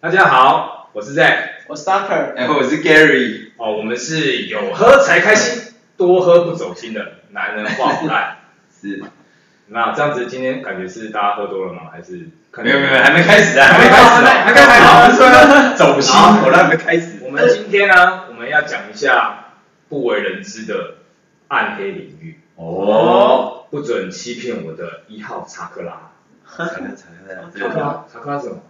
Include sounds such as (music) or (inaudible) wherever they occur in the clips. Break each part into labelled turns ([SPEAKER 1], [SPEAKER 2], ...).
[SPEAKER 1] 大家好，我是 Zack，
[SPEAKER 2] 我是 Doctor，
[SPEAKER 3] 然后我哎是 Gary，
[SPEAKER 1] 哦，我们是有喝才开心，多喝不走心的男人话不烂。
[SPEAKER 3] (laughs) 是
[SPEAKER 1] 那这样子，今天感觉是大家喝多了吗？还是
[SPEAKER 3] 没有没有，还没开始啊，
[SPEAKER 1] 还没开始啊
[SPEAKER 3] 还没开始啊，
[SPEAKER 1] 还没开始啊
[SPEAKER 3] 我说走心，
[SPEAKER 1] 好
[SPEAKER 3] 我都还没开始。
[SPEAKER 1] 我们今天呢，我们要讲一下不为人知的暗黑领域。
[SPEAKER 3] 哦，，
[SPEAKER 1] 不准欺骗我的一号查克拉。
[SPEAKER 3] 查克拉，查克拉，这
[SPEAKER 1] 查
[SPEAKER 3] 个哦
[SPEAKER 1] 克拉，查克拉是什么？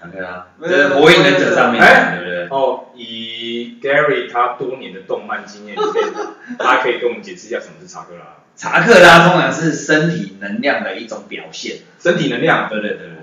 [SPEAKER 3] 查克拉，啊这是火影忍者上面的，对不对？
[SPEAKER 1] 哦，以 Gary 他多年的动漫经验里面，大家可以跟我们解释一下什么是查克拉？
[SPEAKER 3] 查克拉通常是身体能量的一种表现。
[SPEAKER 1] 身体能量。
[SPEAKER 3] 对对对对对，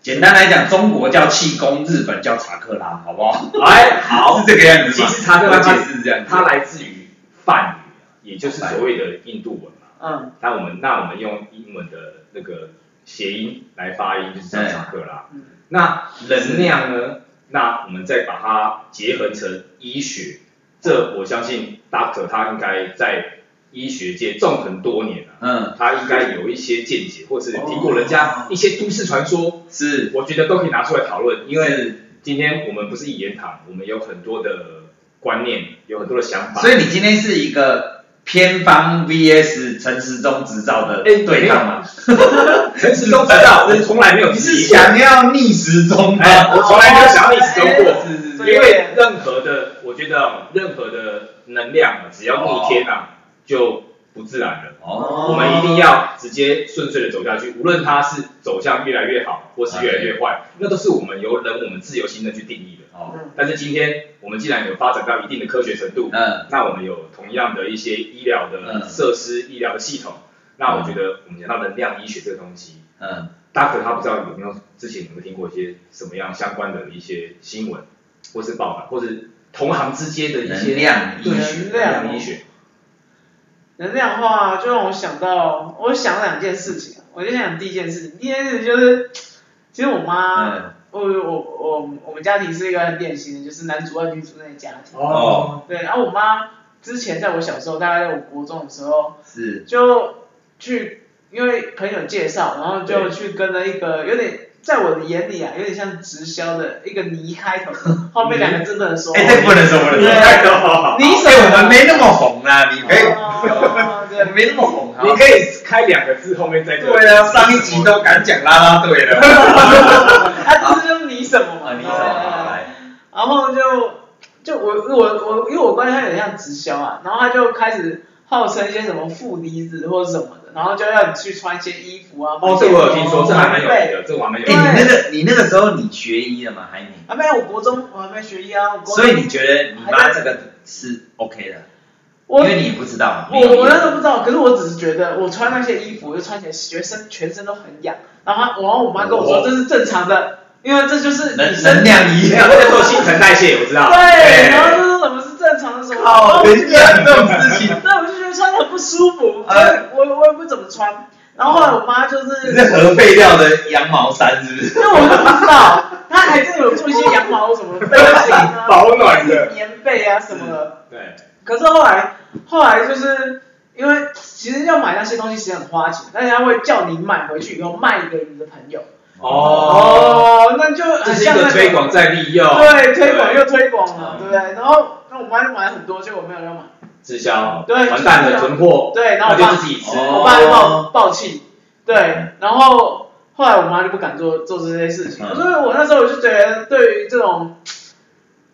[SPEAKER 3] 简单来讲，中国叫气功，日本叫查克拉，好不好？
[SPEAKER 1] 哎，好，
[SPEAKER 3] 是这个样子
[SPEAKER 1] 其
[SPEAKER 3] 吗？
[SPEAKER 1] 实查克拉
[SPEAKER 3] 我
[SPEAKER 1] 它
[SPEAKER 3] 解释是这样子，
[SPEAKER 1] 它来自于梵语，也就是所谓的印度文嘛。
[SPEAKER 2] 嗯，
[SPEAKER 1] 那我们那我们用英文的那个谐音来发音，就是叫查克拉
[SPEAKER 2] 嗯。
[SPEAKER 1] 那能量呢？那我们再把它结合成医学，这我相信 Doctor 他应该在医学界纵横多年了、
[SPEAKER 3] 嗯，
[SPEAKER 1] 他应该有一些见解，或是听过人家一些都市传说，
[SPEAKER 3] 是，
[SPEAKER 1] 我觉得都可以拿出来讨论。因为
[SPEAKER 3] 是
[SPEAKER 1] 今天我们不是一言堂，我们有很多的观念，有很多的想法。
[SPEAKER 3] 所以你今天是一个偏方 VS 陈时中执照的
[SPEAKER 1] 哎
[SPEAKER 3] 对抗吗？
[SPEAKER 1] (laughs) 陈时
[SPEAKER 3] (laughs)
[SPEAKER 1] 中知道，我从来没有
[SPEAKER 3] 你
[SPEAKER 1] 质
[SPEAKER 3] 是
[SPEAKER 1] 疑过
[SPEAKER 3] 想要逆时钟吗？
[SPEAKER 1] 哎，我从来没有想要你使用过，
[SPEAKER 3] 哎是是
[SPEAKER 2] 所
[SPEAKER 3] 是，
[SPEAKER 2] 以
[SPEAKER 1] 因为任何的，我觉得哦任何的能量，只要逆天啊，就不自然了。
[SPEAKER 3] 哦，
[SPEAKER 2] 哦
[SPEAKER 1] 我们一定要直接顺遂的走下去，无论它是走向越来越好，或是越来越坏，那都是我们由人我们自由心的去定义的。
[SPEAKER 3] 哦，
[SPEAKER 2] 嗯
[SPEAKER 1] 但是今天我们既然有发展到一定的科学程度，
[SPEAKER 3] 嗯，
[SPEAKER 1] 那我们有同样的一些医疗的
[SPEAKER 3] 嗯
[SPEAKER 1] 设施、医疗的系统，那我觉得我们讲到能量医学这个东西，
[SPEAKER 3] 嗯，
[SPEAKER 1] 大可他不知道有没有之前有没有听过一些什么样相关的一些新闻，或是报道，或是同行之间的一些
[SPEAKER 3] 能量医
[SPEAKER 1] 对
[SPEAKER 3] 学
[SPEAKER 1] 能量医学，
[SPEAKER 2] 能量化就让我想到，我想两件事情，啊我就想第一件事情，第一件事情就是，其实我妈，
[SPEAKER 3] 嗯，
[SPEAKER 2] 我我我我们家庭是一个很典型的，就是男主外女主内的家庭，
[SPEAKER 3] 哦，
[SPEAKER 2] 对，然后我妈之前在我小时候，大概在我国中的时候，
[SPEAKER 3] 是，
[SPEAKER 2] 就去因为朋友介绍，然后就
[SPEAKER 1] 对
[SPEAKER 2] 去跟了一个有点。在我的眼里啊，有点像直销的一个泥开
[SPEAKER 3] (laughs)
[SPEAKER 2] 头，后面两个字不能说。
[SPEAKER 3] 哎，这不能说，不能说，
[SPEAKER 2] 对
[SPEAKER 3] 太多，
[SPEAKER 2] 你什
[SPEAKER 3] 哎，
[SPEAKER 2] 么
[SPEAKER 3] 我们没那么红啦，你可以，
[SPEAKER 2] 哦
[SPEAKER 3] (laughs) 我们没那么红，
[SPEAKER 1] 你可以开两个字后面再
[SPEAKER 3] 对啊，上一集都敢讲啦啦队了，
[SPEAKER 2] 啊，这就是你什么嘛？
[SPEAKER 3] 啊，你什么
[SPEAKER 2] 对
[SPEAKER 3] 来？
[SPEAKER 2] 哦然后就就我我我，因为我关系他有点像直销啊，然后他就开始号称一些什么负离子或者什么的，然后就要你去穿一些衣服啊。
[SPEAKER 1] 哦，这我有听说，这还蛮有名的，这我还蛮有
[SPEAKER 3] 哎，
[SPEAKER 1] 名的。
[SPEAKER 3] 你那个，你那个时候你学医了吗？还没，
[SPEAKER 2] 啊，没有，我国中我还没学医啊。我国中
[SPEAKER 3] 所以你觉得你妈这个是 OK 的，
[SPEAKER 2] 我
[SPEAKER 3] 因为你也不知道，
[SPEAKER 2] 我我那时候不知道，可是我只是觉得我穿那些衣服，我就穿起来全身全身都很痒，然后她然后我妈跟我说
[SPEAKER 3] 哦
[SPEAKER 2] 这是正常的，因为这就是
[SPEAKER 3] 能
[SPEAKER 2] 身体
[SPEAKER 3] 能量一样
[SPEAKER 1] 我。在做新陈代谢，我知道。
[SPEAKER 2] 对，然后就说什么是正常的什么，然后
[SPEAKER 3] 靠，
[SPEAKER 2] 我就
[SPEAKER 3] 人
[SPEAKER 2] 觉得
[SPEAKER 3] 家这种事情，
[SPEAKER 2] (laughs) 那我就觉得穿的很不舒服，
[SPEAKER 3] 呃
[SPEAKER 2] 我我也不怎么穿。然后后来我
[SPEAKER 1] (laughs)
[SPEAKER 2] 妈就是，因
[SPEAKER 3] 你
[SPEAKER 2] 为
[SPEAKER 3] 是核废料的羊毛衫是不是？
[SPEAKER 2] 我都不知道，她还是有做一些羊毛什么背心
[SPEAKER 1] (laughs)
[SPEAKER 2] 啊、
[SPEAKER 1] 保暖的。
[SPEAKER 2] 棉被啊什么的。
[SPEAKER 1] 对，
[SPEAKER 2] 可是后来后来就是因为其实要买那些东西其实很花钱，但是她会叫你买回去以后卖给你的朋友。
[SPEAKER 1] 哦，
[SPEAKER 2] 那就
[SPEAKER 1] 这
[SPEAKER 2] 很
[SPEAKER 1] 是一
[SPEAKER 2] 像那
[SPEAKER 1] 个
[SPEAKER 2] 个
[SPEAKER 1] 推广再利用，
[SPEAKER 2] 对推广又推广了，
[SPEAKER 3] 嗯
[SPEAKER 2] 对不对？然后那我妈就买了很多，结果我没有要买。
[SPEAKER 1] 滞销，
[SPEAKER 2] 对
[SPEAKER 1] 完蛋
[SPEAKER 2] 就是
[SPEAKER 1] 了，囤货，
[SPEAKER 2] 对，然后
[SPEAKER 1] 那
[SPEAKER 2] 我爸
[SPEAKER 1] 就自己吃。
[SPEAKER 3] 哦
[SPEAKER 2] 我爸就暴暴气，对，然后后来我妈就不敢做做这些事情，
[SPEAKER 3] 嗯
[SPEAKER 2] 所以我那时候我就觉得对于这种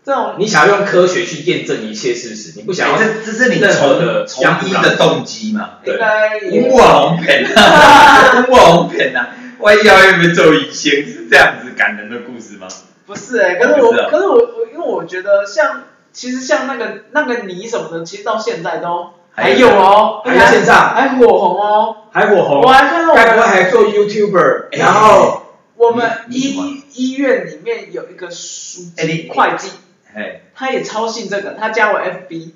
[SPEAKER 2] 这种
[SPEAKER 1] 你想要用科学去验证一切事实，你不想
[SPEAKER 3] 哎
[SPEAKER 1] 要
[SPEAKER 3] 这这是你
[SPEAKER 1] 任何
[SPEAKER 3] 从
[SPEAKER 1] 的
[SPEAKER 3] 从医的动机嘛？
[SPEAKER 1] 对
[SPEAKER 2] 应该也
[SPEAKER 3] 我红骗 (laughs) 啊，我红骗啊！我要要被做医生是这样子感人的故事吗？
[SPEAKER 2] 不是哎、可是我
[SPEAKER 3] 不是啊
[SPEAKER 2] 可是我我因为我觉得像其实像那个那个泥什么的，其实到现在都还有哦，
[SPEAKER 1] 还有线上
[SPEAKER 2] 还火红哦，
[SPEAKER 1] 还火红
[SPEAKER 2] 我，还看到我
[SPEAKER 1] 该不会
[SPEAKER 2] 们
[SPEAKER 1] 还做 YouTuber，
[SPEAKER 3] 哎
[SPEAKER 1] 然后
[SPEAKER 2] 我们
[SPEAKER 3] 你你什么
[SPEAKER 2] 医医院里面有一个书
[SPEAKER 3] 哎你
[SPEAKER 2] 记会计。
[SPEAKER 3] 哎，
[SPEAKER 2] 他也超信这个，他加我 FB，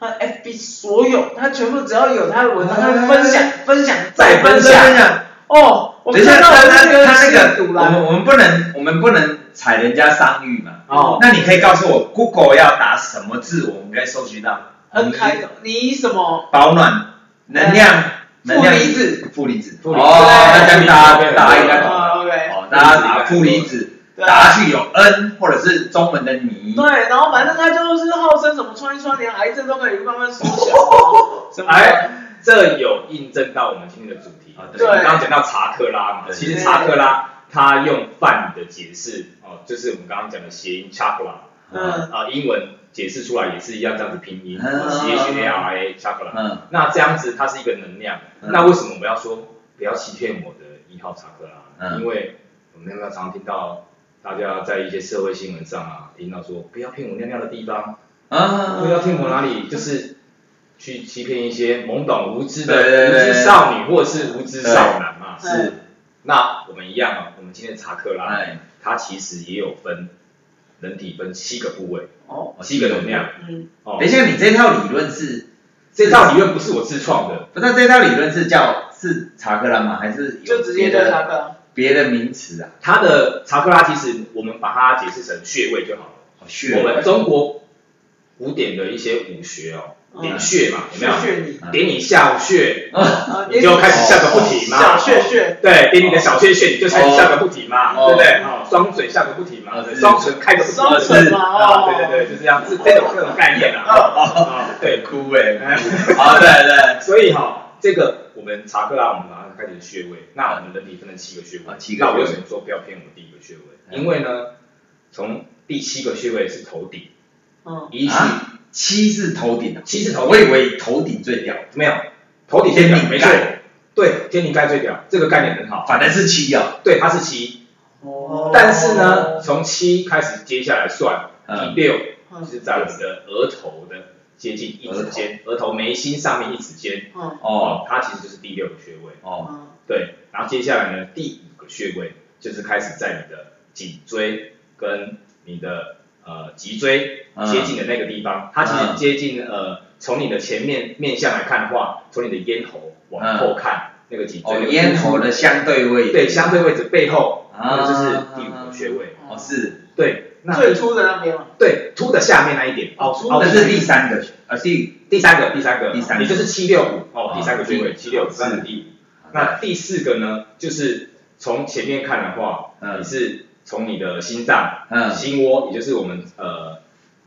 [SPEAKER 2] 他 FB 所有，他全部只要有他的文章，他会分享、分享再分
[SPEAKER 3] 等一
[SPEAKER 2] 享。
[SPEAKER 3] 下，
[SPEAKER 2] 哦，我
[SPEAKER 3] 等一下，
[SPEAKER 2] 看到我
[SPEAKER 3] 他他
[SPEAKER 2] 这个
[SPEAKER 3] 他
[SPEAKER 2] 吸
[SPEAKER 3] 那个，
[SPEAKER 2] 毒
[SPEAKER 3] 我
[SPEAKER 2] 啦
[SPEAKER 3] 们我们不能我们不能踩人家商誉嘛。
[SPEAKER 1] 哦，
[SPEAKER 3] 那你可以告诉我，Google 要打什么字，我们可以搜寻到？
[SPEAKER 2] N 开头，你什么
[SPEAKER 3] 保暖能量，能
[SPEAKER 2] 负
[SPEAKER 3] 量
[SPEAKER 2] 离子？
[SPEAKER 3] 哎负离子。
[SPEAKER 1] 负离子
[SPEAKER 3] 哦，那这样大家
[SPEAKER 1] 对
[SPEAKER 3] 大家应该懂了。
[SPEAKER 2] 啊，OK，
[SPEAKER 3] 哦，大家打负离子，
[SPEAKER 2] 对
[SPEAKER 3] 打下去有 N 或者是中文的泥。
[SPEAKER 2] 对，然后反正他就是号称什么穿一穿，连癌症都可以慢慢缩小，什么
[SPEAKER 1] 哎这有印证到我们今天的主题
[SPEAKER 3] 啊对
[SPEAKER 1] 就是我们刚刚讲到查克拉嘛，
[SPEAKER 3] 对
[SPEAKER 1] 其实查克拉它用梵语的解释哦，就是我们刚刚讲的谐音 chakra
[SPEAKER 2] 嗯
[SPEAKER 1] 啊，英文解释出来也是一样这样子拼音，
[SPEAKER 2] 啊
[SPEAKER 3] 嗯
[SPEAKER 1] 写一写 A R A chakra。
[SPEAKER 3] 嗯，
[SPEAKER 1] 那这样子它是一个能量，
[SPEAKER 3] 嗯
[SPEAKER 1] 那为什么我们要说不要欺骗我的一号查克拉？
[SPEAKER 3] 嗯
[SPEAKER 1] 因为我们常常听到大家在一些社会新闻上啊，听到说不要骗我尿尿的地方，
[SPEAKER 3] 啊
[SPEAKER 1] 不要听我哪里，就是去欺骗一些懵懂无知的
[SPEAKER 3] 对对对
[SPEAKER 1] 无知少女或者是无知少男嘛。
[SPEAKER 2] 对
[SPEAKER 3] 是，
[SPEAKER 1] 那我们一样啊，我们今天查克拉，
[SPEAKER 3] 哎，
[SPEAKER 1] 它其实也有分人体分七个部位，
[SPEAKER 2] 哦，
[SPEAKER 1] 七个能。量。
[SPEAKER 2] 嗯，
[SPEAKER 1] 哦
[SPEAKER 3] 等一，下，你这套理论是，
[SPEAKER 1] 这套理论不是我自创的，
[SPEAKER 3] 不是这套理论是叫是查克拉吗？还是有
[SPEAKER 2] 就直接
[SPEAKER 3] 别
[SPEAKER 2] 叫
[SPEAKER 3] 的
[SPEAKER 2] 查克拉，
[SPEAKER 3] 别的名词啊？
[SPEAKER 1] 它的查克拉其实我们把它解释成穴位就好了。
[SPEAKER 3] 哦穴
[SPEAKER 1] 我们
[SPEAKER 3] 位
[SPEAKER 1] 中国古典的一些武学哦，
[SPEAKER 2] 嗯
[SPEAKER 1] 点穴嘛，有没有？
[SPEAKER 2] 血你，
[SPEAKER 3] 嗯
[SPEAKER 1] 点你下午穴，
[SPEAKER 2] 啊
[SPEAKER 1] 你就开始笑个不停嘛。
[SPEAKER 2] 小血血，
[SPEAKER 1] 对，给你的小穴穴，你就开始下个不停嘛，
[SPEAKER 3] 哦
[SPEAKER 1] 对不对？哦，双嘴下个不停嘛
[SPEAKER 3] 哦，是
[SPEAKER 1] 双唇开个不停嘛，
[SPEAKER 2] 双唇嘛，哦，
[SPEAKER 1] 对对对，就是这样，是这种这种概念啊。哦，对，
[SPEAKER 3] 哭哎，
[SPEAKER 1] 哎
[SPEAKER 3] 啊对对，
[SPEAKER 1] 所以哈，这个我们查克拉，我们马上开始穴位，那我们人体分成七个穴位
[SPEAKER 3] 啊，七个
[SPEAKER 1] 那
[SPEAKER 3] 穴位
[SPEAKER 1] 我为什么说不要骗我第一个穴位？
[SPEAKER 3] 嗯
[SPEAKER 1] 因为呢，从第七个穴位是头顶，
[SPEAKER 2] 嗯，
[SPEAKER 1] 一去
[SPEAKER 3] 啊七是头顶啊，
[SPEAKER 1] 七是头
[SPEAKER 3] 我
[SPEAKER 1] 顶，
[SPEAKER 3] 以为头顶最屌，
[SPEAKER 1] 没有，头顶最屌
[SPEAKER 3] 天
[SPEAKER 1] 没
[SPEAKER 3] 灵，盖
[SPEAKER 1] 错，对，天灵盖最屌，这个概念很好，
[SPEAKER 3] 反正是七啊，
[SPEAKER 1] 对，它是七，
[SPEAKER 2] 哦
[SPEAKER 1] 但是呢，，从七开始接下来算，第
[SPEAKER 3] 嗯，
[SPEAKER 1] 六。
[SPEAKER 2] 嗯
[SPEAKER 1] 就是在我们的额头的接近一指尖，额头眉心上面一指尖，
[SPEAKER 2] 嗯
[SPEAKER 3] 哦
[SPEAKER 1] 它其实就是第六个穴位。
[SPEAKER 3] 哦，
[SPEAKER 2] 嗯
[SPEAKER 1] 对，然后接下来呢，第五个穴位就是开始在你的颈椎跟你的呃脊椎
[SPEAKER 3] 嗯
[SPEAKER 1] 接近的那个地方，它其实接近呃，从你的前面面相来看的话，从你的咽喉往后看、那个脊椎，
[SPEAKER 3] 嗯哦
[SPEAKER 1] 那个
[SPEAKER 3] 咽喉的相对位置，
[SPEAKER 1] 对相对位置背后，
[SPEAKER 3] 啊
[SPEAKER 1] 那个就是第五个穴位。
[SPEAKER 3] 哦是，
[SPEAKER 1] 对，那
[SPEAKER 2] 最粗的那边嘛，
[SPEAKER 1] 对凸的下面那一点，
[SPEAKER 2] 哦凸的
[SPEAKER 3] 那是第三个，啊第
[SPEAKER 1] 第三个，第三个，
[SPEAKER 3] 第三个
[SPEAKER 1] 也就是七六五哦，
[SPEAKER 3] 啊
[SPEAKER 1] 第三个穴位
[SPEAKER 3] 第
[SPEAKER 1] 七六五，
[SPEAKER 3] 是
[SPEAKER 1] 那是第五。那第四个呢，就是从前面看的话，
[SPEAKER 3] 嗯
[SPEAKER 1] 你是从你的心脏、
[SPEAKER 3] 嗯
[SPEAKER 1] 心窝，也就是我们呃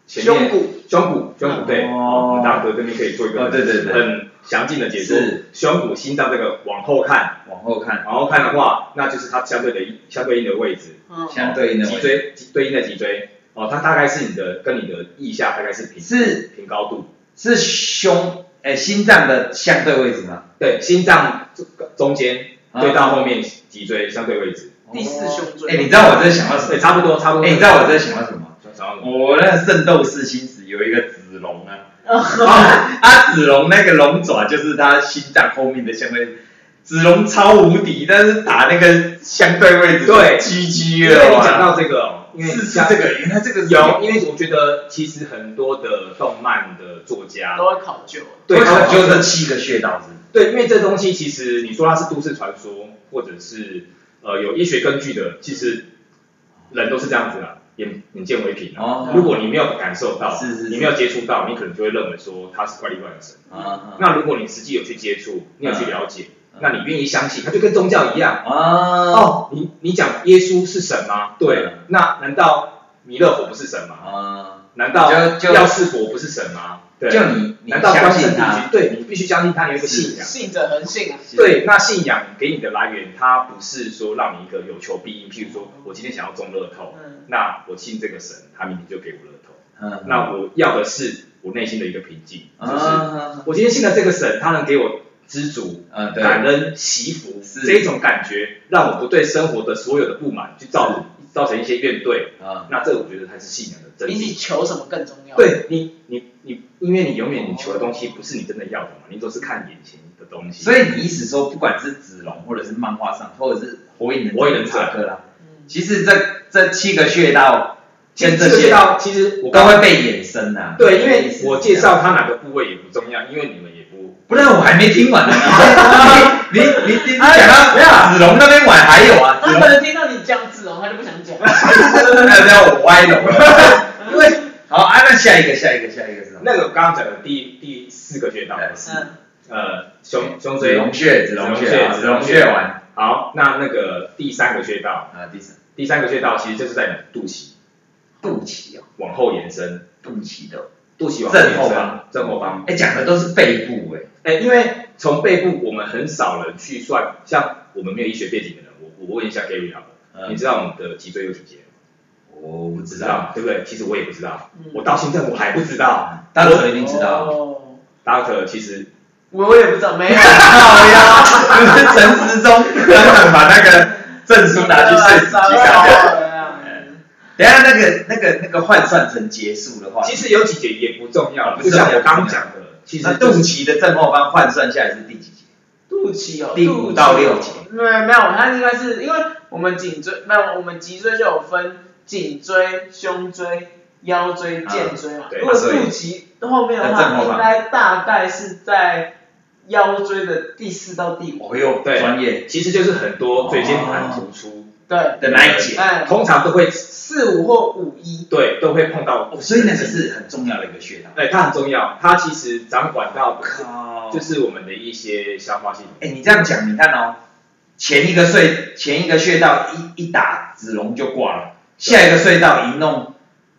[SPEAKER 1] 前
[SPEAKER 2] 胸
[SPEAKER 1] 面
[SPEAKER 2] 骨，
[SPEAKER 1] 胸骨、胸骨
[SPEAKER 2] 嗯
[SPEAKER 1] 对，
[SPEAKER 3] 哦
[SPEAKER 1] 我们大哥这边可以做一个
[SPEAKER 3] 哦对对对
[SPEAKER 1] 很详尽的解说
[SPEAKER 3] 是。
[SPEAKER 1] 胸骨、心脏这个往后看，
[SPEAKER 3] 往后看，
[SPEAKER 1] 往后看的话，那就是它相对的相对应的位置，
[SPEAKER 2] 嗯，
[SPEAKER 3] 相对应的位
[SPEAKER 1] 脊
[SPEAKER 3] 置
[SPEAKER 1] 椎脊对应的脊椎哦，它大概是你的跟你的腋下大概是平
[SPEAKER 3] 是
[SPEAKER 1] 平高度。
[SPEAKER 3] 是胸哎心脏的相对位置吗？
[SPEAKER 1] 对，心脏这个中间
[SPEAKER 3] 啊
[SPEAKER 1] 对到后面脊椎相对位置，
[SPEAKER 2] 第四胸椎
[SPEAKER 3] 哎，你知道我在想到什么？
[SPEAKER 1] 对，差不多差不多。
[SPEAKER 3] 哎，你知道我在想到什么？
[SPEAKER 1] 想要什么？
[SPEAKER 3] 我那个圣斗士星矢有一个子龙啊，
[SPEAKER 1] 哦
[SPEAKER 3] 啊，子龙那个龙爪就是他心脏后面的相对，子龙超无敌，但是打那个相对位置
[SPEAKER 1] 对因
[SPEAKER 3] GG
[SPEAKER 1] 为
[SPEAKER 3] 了
[SPEAKER 1] 你
[SPEAKER 3] 啊，
[SPEAKER 1] 讲到这个哦，因为
[SPEAKER 3] 是是
[SPEAKER 1] 像
[SPEAKER 3] 这个，原来这个是
[SPEAKER 1] 有，因为我觉得其实很多的动漫的作家，
[SPEAKER 2] 都会考究，啊
[SPEAKER 1] 对，
[SPEAKER 3] 为什
[SPEAKER 1] 他
[SPEAKER 3] 么
[SPEAKER 1] 们
[SPEAKER 3] 就这七个穴道是不是？
[SPEAKER 1] 对，因为这东西其实你说它是都市传说，或者是呃有医学根据的，其实人都是这样子啊，眼眼见为凭啊。
[SPEAKER 3] 哦
[SPEAKER 1] 如果你没有感受到，
[SPEAKER 3] 是是是
[SPEAKER 1] 你没有接触到，你可能就会认为说它是怪力乱神。
[SPEAKER 3] 啊
[SPEAKER 1] 那如果你实际有去接触，你有去了解，
[SPEAKER 3] 嗯
[SPEAKER 1] 那你愿意相信，它就跟宗教一样。
[SPEAKER 3] 啊
[SPEAKER 1] 哦，你你讲耶稣是神吗？对
[SPEAKER 3] 嗯，
[SPEAKER 1] 那难道弥勒佛不是神吗？
[SPEAKER 3] 啊，
[SPEAKER 1] 难道
[SPEAKER 3] 就就
[SPEAKER 1] 药师佛不是神吗？对，
[SPEAKER 3] 就你你
[SPEAKER 1] 难道
[SPEAKER 3] 相
[SPEAKER 1] 关圣
[SPEAKER 3] 信
[SPEAKER 1] 帝君
[SPEAKER 3] 他？？
[SPEAKER 1] 对你必须相信他有一个信仰。
[SPEAKER 2] 信者恒信啊，
[SPEAKER 1] 对，那信仰给你的来源，它不是说让你一个有求必应。譬如说，我今天想要中乐透，
[SPEAKER 2] 嗯，
[SPEAKER 1] 那我信这个神，他明天就给我乐透。
[SPEAKER 3] 嗯，
[SPEAKER 1] 那我要的是我内心的一个平静，就是啊
[SPEAKER 3] 啊，
[SPEAKER 1] 我今天信了这个神，他能给我知足、
[SPEAKER 3] 嗯对，
[SPEAKER 1] 感恩、祈福
[SPEAKER 3] 是
[SPEAKER 1] 这种感觉，让我不对生活的所有的不满，去造造成一些怨怼。
[SPEAKER 3] 啊
[SPEAKER 1] 那这我觉得才是信仰的真
[SPEAKER 2] 比
[SPEAKER 1] 谛
[SPEAKER 2] 你。求什么更重要，，
[SPEAKER 1] 对你，你你，因为你永远你求的东西不是你真的要的嘛，你都是看眼前的东西。
[SPEAKER 3] 所以你意思说，不管是子龙，或者是漫画上，或者是火影忍
[SPEAKER 1] 火影忍者
[SPEAKER 3] 查克拉，
[SPEAKER 2] 嗯，
[SPEAKER 3] 其实这这七个穴道
[SPEAKER 1] 其实
[SPEAKER 3] 跟
[SPEAKER 1] 这
[SPEAKER 3] 这
[SPEAKER 1] 个
[SPEAKER 3] 些
[SPEAKER 1] 味道其实我
[SPEAKER 3] 都
[SPEAKER 1] 刚
[SPEAKER 3] 会被衍生啊。
[SPEAKER 1] 对，因为我介，绍它哪个部位也不重要，因为你们也不
[SPEAKER 3] 不然我还没
[SPEAKER 1] (laughs)
[SPEAKER 3] 听完呢。你你你你你
[SPEAKER 1] 哎
[SPEAKER 3] 讲到没有子龙那边玩还有啊，子
[SPEAKER 2] 他
[SPEAKER 3] 龙
[SPEAKER 2] (laughs) 可能听到你这样子哦，他就不想讲，
[SPEAKER 1] (laughs)
[SPEAKER 3] 那边我歪楼了，因为好啊，那下一个，下一个，下一个是什么？
[SPEAKER 1] 那个刚刚讲的第第四个穴道，
[SPEAKER 3] 呃
[SPEAKER 2] 嗯，
[SPEAKER 1] 呃，胸胸
[SPEAKER 3] 子
[SPEAKER 1] 椎。
[SPEAKER 3] 龙穴，子龙
[SPEAKER 1] 子龙
[SPEAKER 3] 穴，
[SPEAKER 1] 穴
[SPEAKER 3] 啊子龙穴丸
[SPEAKER 1] 好，那那个第三个穴道，
[SPEAKER 3] 啊，第三
[SPEAKER 1] 第三个穴道其实就是在你的肚脐
[SPEAKER 3] 肚脐哦，
[SPEAKER 1] 往后延伸，
[SPEAKER 3] 肚脐的哦，
[SPEAKER 1] 肚脐往后延
[SPEAKER 3] 正后
[SPEAKER 1] 伸
[SPEAKER 3] 方，
[SPEAKER 1] 正后方。
[SPEAKER 3] 哎，讲的都是背部哎，
[SPEAKER 1] 哎，因为从背部我们很少人去算，像我们没有医学背景的人，我我问一下 Gary 好了，
[SPEAKER 3] 嗯
[SPEAKER 1] 你知道我们的脊椎有几节吗？
[SPEAKER 3] 我不
[SPEAKER 1] 不
[SPEAKER 3] 知道，，嗯
[SPEAKER 1] 对不对？其实我也不知道，
[SPEAKER 2] 嗯
[SPEAKER 1] 我到现在我还不知道。
[SPEAKER 3] 大头一定知道，
[SPEAKER 2] 哦
[SPEAKER 1] Doctor 其实
[SPEAKER 2] 我我也不知道， (laughs) 没有。
[SPEAKER 3] 好呀，陈时中当场把那个证书拿去睡
[SPEAKER 2] 啊
[SPEAKER 3] 死机上掉。 (laughs)
[SPEAKER 2] (laughs)
[SPEAKER 3] 等一下那个那个那个换算成结束的话，
[SPEAKER 1] 其实有几节也不重要，
[SPEAKER 3] 啊不
[SPEAKER 1] 就
[SPEAKER 3] 重要
[SPEAKER 1] 像我刚刚讲的，其
[SPEAKER 3] 那
[SPEAKER 1] 实
[SPEAKER 3] 肚
[SPEAKER 1] 肚
[SPEAKER 3] 脐的正后方换算下来是第几节？
[SPEAKER 2] 肚脐哦，
[SPEAKER 3] 第五
[SPEAKER 2] 肚脐
[SPEAKER 3] 到六节
[SPEAKER 2] 没有没有，它应该是因为我们颈椎没有，我们脊椎就有分颈椎、胸椎、腰椎、
[SPEAKER 3] 啊
[SPEAKER 2] 肩椎嘛。
[SPEAKER 1] 对
[SPEAKER 2] 如果
[SPEAKER 3] 所以
[SPEAKER 2] 肚脐后面的
[SPEAKER 3] 那正
[SPEAKER 2] 话，
[SPEAKER 3] 后方
[SPEAKER 2] 应该大概是在腰椎的第四到第五。
[SPEAKER 3] 哦哟，
[SPEAKER 1] 对
[SPEAKER 3] 专业哦
[SPEAKER 1] 其实就是很多椎间盘突出，
[SPEAKER 2] 对，
[SPEAKER 3] 的那一节，
[SPEAKER 2] 哎，
[SPEAKER 1] 通常都会
[SPEAKER 2] 四五或五一。
[SPEAKER 1] 对都会碰到，
[SPEAKER 3] 哦，所以那个是很重要的一个穴道。
[SPEAKER 1] 对它很重要，它其实掌管到
[SPEAKER 3] 靠
[SPEAKER 1] 就
[SPEAKER 3] 就是
[SPEAKER 1] 是我们的一些消化系统。
[SPEAKER 3] 哎，你这样讲，你看哦，前一个隧前一个穴道一一打子龙就挂了，下一个隧道一弄。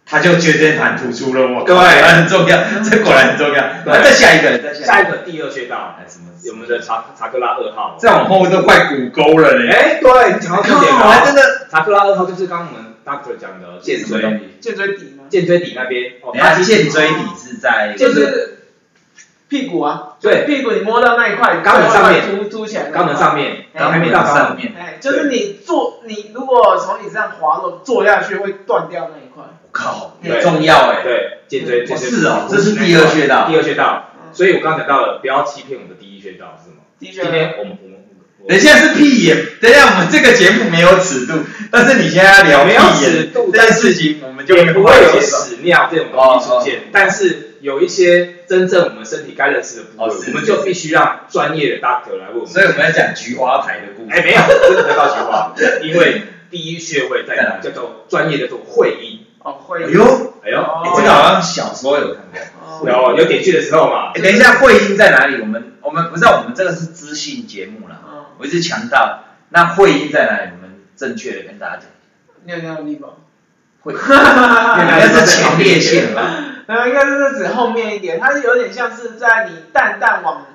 [SPEAKER 3] 他就椎间盘突出了，我
[SPEAKER 1] 对
[SPEAKER 3] 很重要，这果然很重要。
[SPEAKER 1] 对
[SPEAKER 3] 那再下一个，再
[SPEAKER 1] 下
[SPEAKER 3] 下一
[SPEAKER 1] 一
[SPEAKER 3] 个，
[SPEAKER 1] 个第二穴道，
[SPEAKER 3] 哎什么？
[SPEAKER 1] 我们的查查克拉二号。
[SPEAKER 3] 再往后都快骨沟了嘞。
[SPEAKER 1] 哎，对，你讲到重点
[SPEAKER 3] 靠还
[SPEAKER 1] 了。
[SPEAKER 3] 真的
[SPEAKER 1] 哎查克拉二号就是刚刚我们 doctor 讲的
[SPEAKER 3] 见
[SPEAKER 1] 剑
[SPEAKER 3] 什么
[SPEAKER 1] 椎，
[SPEAKER 3] 东西？
[SPEAKER 2] 肩椎底吗？
[SPEAKER 1] 剑椎底那边，哦，
[SPEAKER 3] 人
[SPEAKER 1] 它
[SPEAKER 3] 家
[SPEAKER 1] 其实
[SPEAKER 3] 见椎底是在
[SPEAKER 2] 就是屁股啊，
[SPEAKER 1] 对
[SPEAKER 2] 屁股你摸到那一块
[SPEAKER 1] 肛门上面
[SPEAKER 2] 最后一块凸凸起来的地
[SPEAKER 1] 肛
[SPEAKER 2] 方，
[SPEAKER 1] 门上面，
[SPEAKER 2] 哎
[SPEAKER 1] 还没到肛门
[SPEAKER 3] 上。面。
[SPEAKER 2] 哎，就是你坐，你如果从你这样滑落坐下去，会断掉那一块。
[SPEAKER 3] 我靠，
[SPEAKER 2] 对
[SPEAKER 3] 很重要哎。
[SPEAKER 1] 对，颈椎
[SPEAKER 2] 哦
[SPEAKER 1] 椎
[SPEAKER 3] 是哦这是第二穴道
[SPEAKER 1] 第二穴道。
[SPEAKER 2] 嗯，
[SPEAKER 1] 所以我刚刚讲到了，不要欺骗我们的第一穴道是什么？
[SPEAKER 2] 的
[SPEAKER 1] 今
[SPEAKER 2] 确，
[SPEAKER 1] 天我们我们我
[SPEAKER 3] 等
[SPEAKER 1] 们
[SPEAKER 3] 一下是屁眼，等一下我们这个节目没有尺度，但是你现在聊
[SPEAKER 1] 没有
[SPEAKER 3] 屁
[SPEAKER 1] 尺
[SPEAKER 3] 眼
[SPEAKER 1] 度
[SPEAKER 3] 这件事情，我们就
[SPEAKER 1] 也不会有
[SPEAKER 3] 接受
[SPEAKER 1] 屎尿这种东西出
[SPEAKER 3] 哦
[SPEAKER 1] 现，但是有一些真正我们身体该认识的部位，
[SPEAKER 3] 哦是
[SPEAKER 1] 我们就必须让专业的 doctor 来为我们。
[SPEAKER 3] 所以我们要讲菊花牌的故事。
[SPEAKER 1] 哎，没有，这个得到菊花，因为第一穴位在
[SPEAKER 3] 在哪
[SPEAKER 1] 哪？叫做专业叫做会阴。
[SPEAKER 2] 哦
[SPEAKER 3] 哎
[SPEAKER 2] 会，
[SPEAKER 3] 呦，
[SPEAKER 1] 哎呦，
[SPEAKER 2] 哦
[SPEAKER 3] 哎这个好像小时候有看过。
[SPEAKER 2] 哦
[SPEAKER 1] 有有点穴的时候嘛，
[SPEAKER 3] 哎，等一下会阴在哪里？我们我们不知道，我们这个是知性节目啦。
[SPEAKER 2] 嗯，
[SPEAKER 3] 我一直强调，那会阴在哪里？我们正确的跟大家讲。
[SPEAKER 2] 尿尿的地方，
[SPEAKER 1] (laughs)
[SPEAKER 3] 会，
[SPEAKER 1] 来
[SPEAKER 3] 那是前列腺吧？
[SPEAKER 2] 然后应该是指后面一点，它是有点像是在你蛋蛋往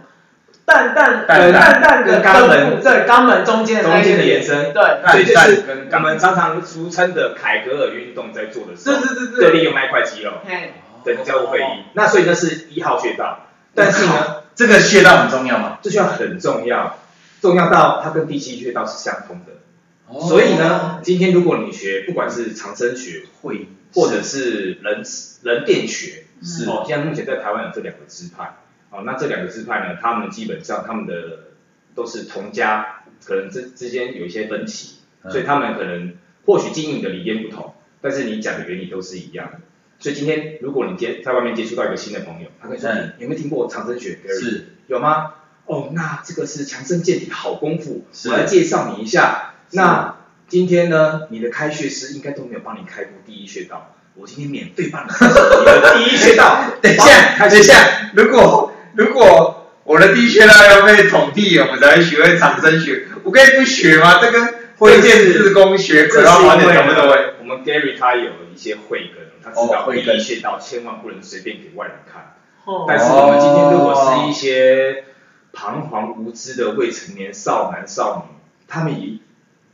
[SPEAKER 2] 蛋蛋
[SPEAKER 3] 蛋
[SPEAKER 2] 呃
[SPEAKER 3] 蛋
[SPEAKER 2] 蛋蛋的
[SPEAKER 1] 跟肛门
[SPEAKER 2] 根部对肛门中间那
[SPEAKER 1] 中
[SPEAKER 2] 一
[SPEAKER 1] 间的
[SPEAKER 2] 个
[SPEAKER 1] 延伸，
[SPEAKER 2] 对，
[SPEAKER 1] 所以就是
[SPEAKER 3] 跟
[SPEAKER 1] 我们常常俗称的凯格尔运动在做的时
[SPEAKER 2] 是
[SPEAKER 1] 候，
[SPEAKER 2] 是是，
[SPEAKER 1] 就是利用那一块肌肉。
[SPEAKER 2] 嘿，
[SPEAKER 1] (laughs) 对，叫做会阴。那所以那是一号穴道，但是呢，
[SPEAKER 3] 这个穴道很重要嘛，
[SPEAKER 1] 这穴道很重要，重要到它跟第七穴道是相通的。所以呢，今天如果你学，不管是长生学
[SPEAKER 3] 会
[SPEAKER 1] 或者是人人电学，
[SPEAKER 3] 是
[SPEAKER 1] 哦，现在目前在台湾有这两个支派，哦，那这两个支派呢，他们基本上他们的都是同家，可能之之间有一些分歧，
[SPEAKER 3] 嗯
[SPEAKER 1] 所以他们可能或许经营的理念不同，但是你讲的原理都是一样的。所以今天如果你接在外面接触到一个新的朋友，他跟你说、
[SPEAKER 3] 嗯
[SPEAKER 1] 你有没有听过长生学 Gary？
[SPEAKER 3] 是
[SPEAKER 1] 有吗？哦，那这个是强身健体好功夫，
[SPEAKER 3] 是
[SPEAKER 1] 我来介绍你一下。
[SPEAKER 3] 是
[SPEAKER 1] 那今天呢，你的开穴师应该都没有帮你开过第一穴道，我今天免费帮你开启你的第一穴
[SPEAKER 3] (laughs)。
[SPEAKER 1] 道
[SPEAKER 3] 等一
[SPEAKER 1] 帮你
[SPEAKER 3] 下，
[SPEAKER 1] 开
[SPEAKER 3] 等
[SPEAKER 1] 启
[SPEAKER 3] 一，下，如果如果我的地穴道要被捅地了，我才会学会长生学，我可以不学吗？这跟会见自宫学可
[SPEAKER 1] 这
[SPEAKER 3] 要
[SPEAKER 1] 是
[SPEAKER 3] 花
[SPEAKER 1] 因
[SPEAKER 3] 点
[SPEAKER 1] 为
[SPEAKER 3] 什么都会。
[SPEAKER 1] 呢我们 Gary 他有一些慧根，他知
[SPEAKER 3] 哦
[SPEAKER 1] 道第
[SPEAKER 3] 慧根
[SPEAKER 1] 一穴道千万不能随便给外人看。
[SPEAKER 2] 哦
[SPEAKER 1] 但是我们今天如果是一些彷徨无知的未成年少男少女，他们也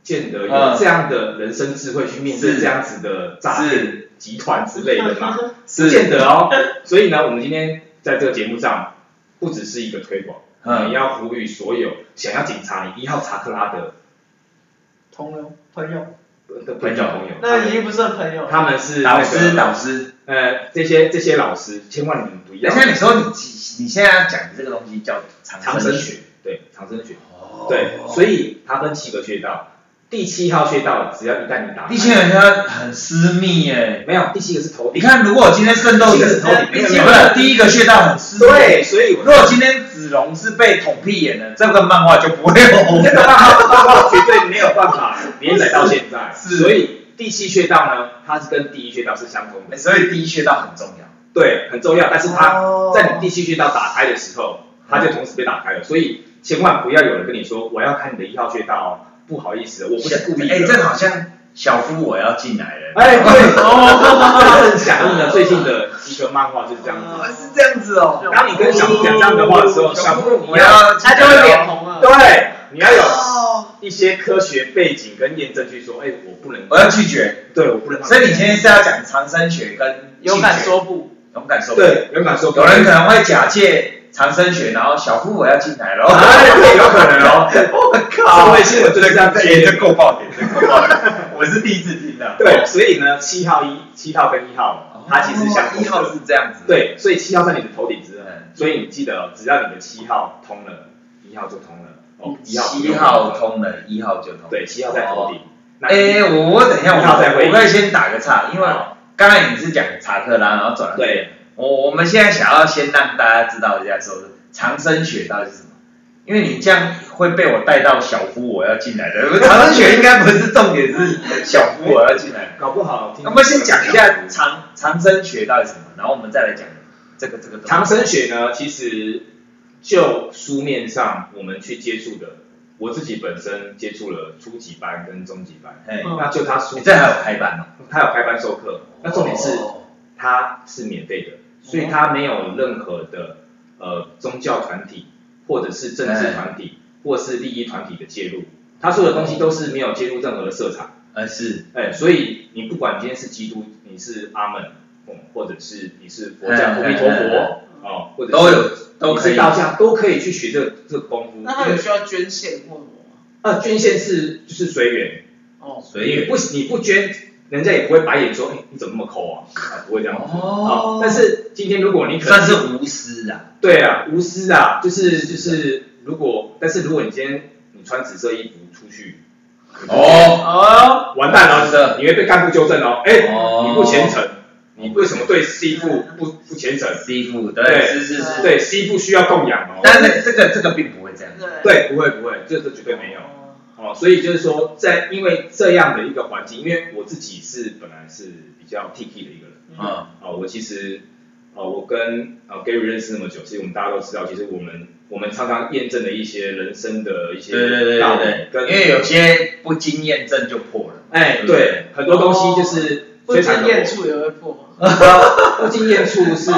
[SPEAKER 1] 见得有这样的人生智慧去面对
[SPEAKER 3] 是
[SPEAKER 1] 这样子的诈骗
[SPEAKER 3] 是
[SPEAKER 1] 集团之类的嘛，不
[SPEAKER 3] 是
[SPEAKER 1] 见得哦。所以呢，我们今天在这个节目上，不只是一个推广，我们
[SPEAKER 3] 嗯，
[SPEAKER 1] 要呼吁所有想要警察一号查克拉的
[SPEAKER 2] 同流朋友，
[SPEAKER 1] 的朋友朋友，他
[SPEAKER 2] 那已
[SPEAKER 1] 们
[SPEAKER 2] 经不是朋友了，
[SPEAKER 1] 他们是那
[SPEAKER 3] 导
[SPEAKER 1] 个
[SPEAKER 3] 师导师，
[SPEAKER 1] 呃这些这些老师，千万你们不
[SPEAKER 3] 等
[SPEAKER 1] 要
[SPEAKER 3] 一下你说你你现在要讲的这个东西叫长
[SPEAKER 1] 长生
[SPEAKER 3] 学，
[SPEAKER 1] 学，对长生学，
[SPEAKER 3] 哦
[SPEAKER 1] 对，所以它分七个穴道，第七号穴道只要一旦你打开，
[SPEAKER 3] 地穴人家很私密耶、
[SPEAKER 1] 没有，第七个是头
[SPEAKER 3] 你
[SPEAKER 1] 顶，
[SPEAKER 3] 看，如果我今天奋斗
[SPEAKER 1] 这个
[SPEAKER 3] 是
[SPEAKER 1] 是
[SPEAKER 3] 头
[SPEAKER 1] 头顶
[SPEAKER 3] 顶
[SPEAKER 1] 没有
[SPEAKER 3] 被
[SPEAKER 1] 没
[SPEAKER 3] 挤，
[SPEAKER 1] 有
[SPEAKER 3] 不是第一个穴道很湿。
[SPEAKER 1] 对，，所以
[SPEAKER 3] 如
[SPEAKER 1] 我
[SPEAKER 3] 果今天子龙是被捅屁眼的，这个漫画就不会红
[SPEAKER 1] 这。个漫画漫画绝对没有办法连载到现在，
[SPEAKER 3] 是
[SPEAKER 1] 所以第七穴道呢，它是跟第一穴道是相通的，
[SPEAKER 3] 所以第一穴道很重要。
[SPEAKER 1] 对，很重要。但是它
[SPEAKER 2] 哦
[SPEAKER 1] 在你第七穴道打开的时候，它
[SPEAKER 3] 嗯
[SPEAKER 1] 就同时被打开了，所以千万不要有人跟你说我要看你的一号穴道哦，不好意思，我不是故意的。
[SPEAKER 3] 哎，这好像小夫我要进来了。
[SPEAKER 1] 哎，对，哦，这很响应了最近的一个漫哎画就是这样
[SPEAKER 3] 哦，
[SPEAKER 1] 子。
[SPEAKER 3] 是这样子哦。
[SPEAKER 1] 当你跟小夫讲这样的话的时候，小
[SPEAKER 3] 小
[SPEAKER 1] 夫
[SPEAKER 3] 夫
[SPEAKER 1] 你
[SPEAKER 3] 我
[SPEAKER 1] 要
[SPEAKER 3] 要进
[SPEAKER 2] 他
[SPEAKER 3] 来了，
[SPEAKER 2] 就会脸红了。
[SPEAKER 1] 对，啊你要有
[SPEAKER 2] 哦，
[SPEAKER 1] 一些科学背景跟验证去说，哎，我不能，
[SPEAKER 3] 我要拒绝。
[SPEAKER 1] 对，我不能。
[SPEAKER 3] 所以你今天是要讲长生学跟
[SPEAKER 2] 勇敢
[SPEAKER 3] 拒绝，
[SPEAKER 2] 说不，
[SPEAKER 3] 勇敢说不。
[SPEAKER 1] 对，勇敢说不，
[SPEAKER 3] 有人可能会假借长生学，然后小夫我要进来 (laughs) 了。
[SPEAKER 1] 哎对有可能
[SPEAKER 3] (laughs) 哦。我靠，
[SPEAKER 1] 社会新闻就是这样子
[SPEAKER 3] 哎这够爆点，这够爆点。我是第一次听的。
[SPEAKER 1] 对，所以呢，七号一、七号跟一号
[SPEAKER 3] 哦，，
[SPEAKER 1] 它其实相通
[SPEAKER 3] 一号
[SPEAKER 1] 的。
[SPEAKER 3] 是这样子。，
[SPEAKER 1] 对，所以七号在你的头顶之上
[SPEAKER 3] 嗯，
[SPEAKER 1] 所以你记得哦，只要你的七号通了，一号就通了。哦，一号不
[SPEAKER 3] 七
[SPEAKER 1] 用
[SPEAKER 3] 号
[SPEAKER 1] 了，
[SPEAKER 3] 通了，一号就通。
[SPEAKER 1] 对，七号在头顶。那
[SPEAKER 3] 哎、我我等一下，我
[SPEAKER 1] 一号在会议
[SPEAKER 3] 我可以先打个岔，因为
[SPEAKER 1] 好
[SPEAKER 3] 刚才你是讲查克拉，然后转了。
[SPEAKER 1] 对，
[SPEAKER 3] 我我们现在想要先让大家知道一下，说是长生学到底是什么，因为你这样会被我带到小夫我要进来的， (laughs) 长生学应该不是重点，是小夫我要进来。
[SPEAKER 1] 搞不好听
[SPEAKER 3] 那我们先讲一下长长生学到底是什么，然后我们再来讲这个这个东西
[SPEAKER 1] 长生学呢，其实就书面上我们去接触的，我自己本身接触了初级班跟中级班，
[SPEAKER 3] 嘿，
[SPEAKER 2] 嗯
[SPEAKER 1] 那就他书
[SPEAKER 3] 你哎这还有开班哦？哦
[SPEAKER 1] 他有开班授课，那重点是它是免费的，所以它没有任何的呃宗教团体或者是政治团体或是利益团体的介入，它所有的东西都是没有介入任何的色彩，
[SPEAKER 3] 呃是
[SPEAKER 1] 哎，所以你不管今天是基督，你是阿门，嗯，或者是你是佛教
[SPEAKER 3] 哎
[SPEAKER 1] 阿弥陀
[SPEAKER 3] 哎哎
[SPEAKER 1] 佛哦，或者是
[SPEAKER 3] 都有都可
[SPEAKER 1] 你
[SPEAKER 3] 以
[SPEAKER 1] 是道教都可以去学这个这个功夫，
[SPEAKER 2] 那他有
[SPEAKER 1] 因为
[SPEAKER 2] 需要捐献或什么吗？
[SPEAKER 1] 呃捐献是就是随缘，
[SPEAKER 2] 哦，
[SPEAKER 3] 随缘
[SPEAKER 1] 你不你不捐，人家也不会白眼说，哎、你怎么那么抠啊？啊不会这样子。
[SPEAKER 3] 哦
[SPEAKER 1] 啊但是今天如果你可能
[SPEAKER 3] 算是无私啊，
[SPEAKER 1] 对啊，无私啊，就是就是，如果但是如果你今天你穿紫色衣服出去，
[SPEAKER 3] 哦
[SPEAKER 2] 哦，
[SPEAKER 1] 完蛋
[SPEAKER 3] 紫色
[SPEAKER 1] 了，你会被干部纠正哦。哎、
[SPEAKER 3] 哦嗯
[SPEAKER 1] 你不虔诚，你为什么对媳妇不不虔诚？
[SPEAKER 3] 师傅对嗯
[SPEAKER 1] 对
[SPEAKER 3] 是是是，
[SPEAKER 1] 对，媳妇需要供养哦。
[SPEAKER 3] 但是这个这个并不会这样。
[SPEAKER 2] 对，
[SPEAKER 1] 对，不会不会，这这绝对没有。
[SPEAKER 2] 哦
[SPEAKER 1] 哦，所以就是说，在因为这样的一个环境，因为我自己是本来是比较 T K 的一个人，
[SPEAKER 2] 嗯
[SPEAKER 3] 嗯，
[SPEAKER 1] 啊、我其实，啊、我跟啊、Gary 认识那么久，其实我们大家都知道，其实我们我们常常验证了一些人生的一些
[SPEAKER 3] 对对对
[SPEAKER 1] 道理
[SPEAKER 3] 对对，
[SPEAKER 1] 跟
[SPEAKER 3] 因为有嗯些不经验证就破 (laughs) 了。
[SPEAKER 1] 哎
[SPEAKER 3] 对
[SPEAKER 1] 对很多东西就是
[SPEAKER 2] 不
[SPEAKER 1] 摧残
[SPEAKER 2] 经
[SPEAKER 1] 了
[SPEAKER 2] 验
[SPEAKER 1] 我。
[SPEAKER 2] 处也会破吗？
[SPEAKER 1] 不经验处是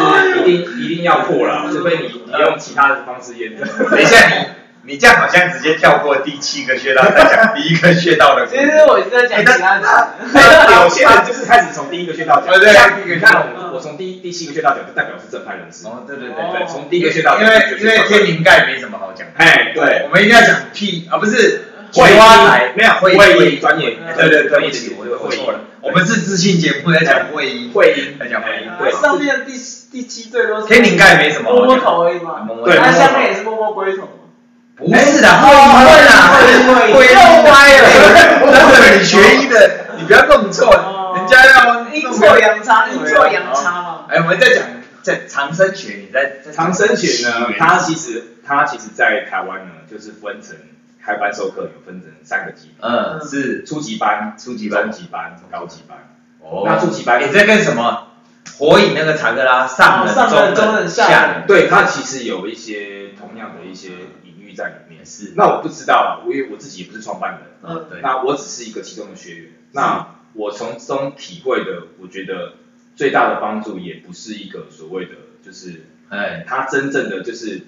[SPEAKER 1] 一定一定要破啦，除非你你用其他的方式验证。
[SPEAKER 3] 等一下你你这样好像直接跳过第七个穴道，再讲第一个穴道的故
[SPEAKER 2] 其
[SPEAKER 3] 事。
[SPEAKER 2] 实我是在讲其他的，
[SPEAKER 1] (laughs) 有些人就是开始从第一个穴道讲，
[SPEAKER 3] 对对
[SPEAKER 1] 像你看
[SPEAKER 2] 嗯
[SPEAKER 1] 我我从第第七个穴道讲，就代表是正派人士。
[SPEAKER 3] 哦，对对对
[SPEAKER 2] 哦
[SPEAKER 3] 对
[SPEAKER 1] 对，，从第一个穴道
[SPEAKER 3] 因
[SPEAKER 1] 讲
[SPEAKER 3] 为因为天
[SPEAKER 1] 灵，
[SPEAKER 3] 灵盖没什么好讲，
[SPEAKER 1] 哎对，
[SPEAKER 3] 我们一定要讲屁啊，不是
[SPEAKER 1] 会
[SPEAKER 3] 菊花台
[SPEAKER 1] 没有
[SPEAKER 3] 会
[SPEAKER 1] 会议嗯专业，
[SPEAKER 3] 对对对，
[SPEAKER 1] 专
[SPEAKER 3] 对
[SPEAKER 1] 业
[SPEAKER 3] 不起，我我
[SPEAKER 1] 会
[SPEAKER 3] 错了，我
[SPEAKER 1] 我
[SPEAKER 3] 们是自信节目在讲会议，哎啊
[SPEAKER 1] 会阴
[SPEAKER 3] 在讲会议，
[SPEAKER 1] 对
[SPEAKER 2] 上面的第第七最多是
[SPEAKER 3] 天灵盖没什么
[SPEAKER 2] 摸
[SPEAKER 3] 好
[SPEAKER 2] 摸
[SPEAKER 3] 讲。
[SPEAKER 2] 头而已嘛，
[SPEAKER 3] 摸摸
[SPEAKER 1] 对
[SPEAKER 2] 那
[SPEAKER 3] 头
[SPEAKER 2] 下面也是摸摸龟头嘛。
[SPEAKER 3] 不是的，会会啦，哦会又歪了，哦真的，你学医的，你不要弄错，人家要
[SPEAKER 2] 阴错。阳差，阴错阳差嘛。
[SPEAKER 3] 哎，我们在讲在长生学，你在
[SPEAKER 1] 长生学呢，它其实它其实在台湾呢，就是分成开班授课有分成三个级
[SPEAKER 3] 嗯是
[SPEAKER 1] 别，初级班、
[SPEAKER 3] 初级
[SPEAKER 1] 级
[SPEAKER 3] 班
[SPEAKER 1] 班、中级班、高级班。
[SPEAKER 3] 哦
[SPEAKER 1] 哎
[SPEAKER 3] 你在跟什么？火影那个查克拉哦上人、人、人，
[SPEAKER 1] 对，它其实有一些同样的一些领域在里面。
[SPEAKER 3] 是
[SPEAKER 1] 那我不知道啊，我因为我自己也不是创办人，
[SPEAKER 2] 哦
[SPEAKER 3] 嗯对，
[SPEAKER 1] 那我只是一个其中的学员。那我从中体会的，我觉得最大的帮助也不是一个所谓的就是
[SPEAKER 3] 哎
[SPEAKER 1] 它真正的就是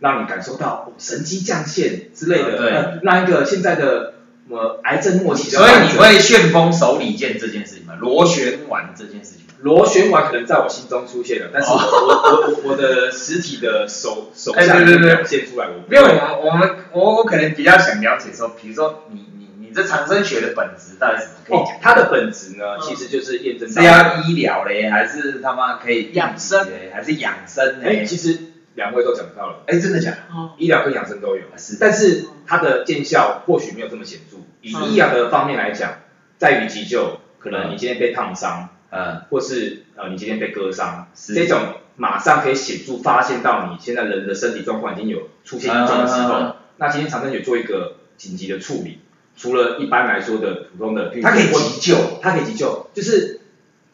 [SPEAKER 1] 让你感受到、哦神机降现之类的，
[SPEAKER 3] 啊对
[SPEAKER 1] 呃让一个现在的呃癌症末期的
[SPEAKER 3] 所
[SPEAKER 1] 患
[SPEAKER 3] 以
[SPEAKER 1] 者，
[SPEAKER 3] 你会旋风手里剑这件事情吗？螺旋丸这件事情，
[SPEAKER 1] 螺旋丸可能在我心中出现了，但是我、我我我我的实体的手手
[SPEAKER 3] 哎
[SPEAKER 1] 下
[SPEAKER 3] 对对对
[SPEAKER 1] 表现出来，我
[SPEAKER 3] 因为我我们我我可能比较想了解说，比如说你你你这长生学的本质到底是什么？可以
[SPEAKER 1] 哦
[SPEAKER 3] 讲、，
[SPEAKER 1] 它的本质呢
[SPEAKER 2] 嗯，
[SPEAKER 1] 其
[SPEAKER 2] E
[SPEAKER 1] 实就是验证到
[SPEAKER 3] 是要医疗嘞，还是他妈可以
[SPEAKER 2] 养生
[SPEAKER 3] 嘞，还是养生
[SPEAKER 1] 哎，
[SPEAKER 3] 嘞？
[SPEAKER 1] 其实两位都讲到了，
[SPEAKER 3] 哎，真的假的？
[SPEAKER 2] 哦，
[SPEAKER 1] 医疗跟养生都有，
[SPEAKER 3] 是
[SPEAKER 1] 但是它的见效或许没有这么显著。以
[SPEAKER 2] 嗯
[SPEAKER 1] 医疗的方面来讲，在于急救，可能
[SPEAKER 3] 嗯
[SPEAKER 1] 你今天被烫伤，
[SPEAKER 3] 嗯，
[SPEAKER 1] 或是呃你今天被割伤，
[SPEAKER 3] 是
[SPEAKER 1] 这种马上可以显著发现到你现在人的身体状况已经有出现异状的时候，
[SPEAKER 3] 嗯嗯嗯嗯
[SPEAKER 1] 那今天长生也做一个紧急的处理，除了一般来说的普通的，譬如
[SPEAKER 3] 它可以
[SPEAKER 1] 说
[SPEAKER 3] 急救，
[SPEAKER 1] 它可以急救，就是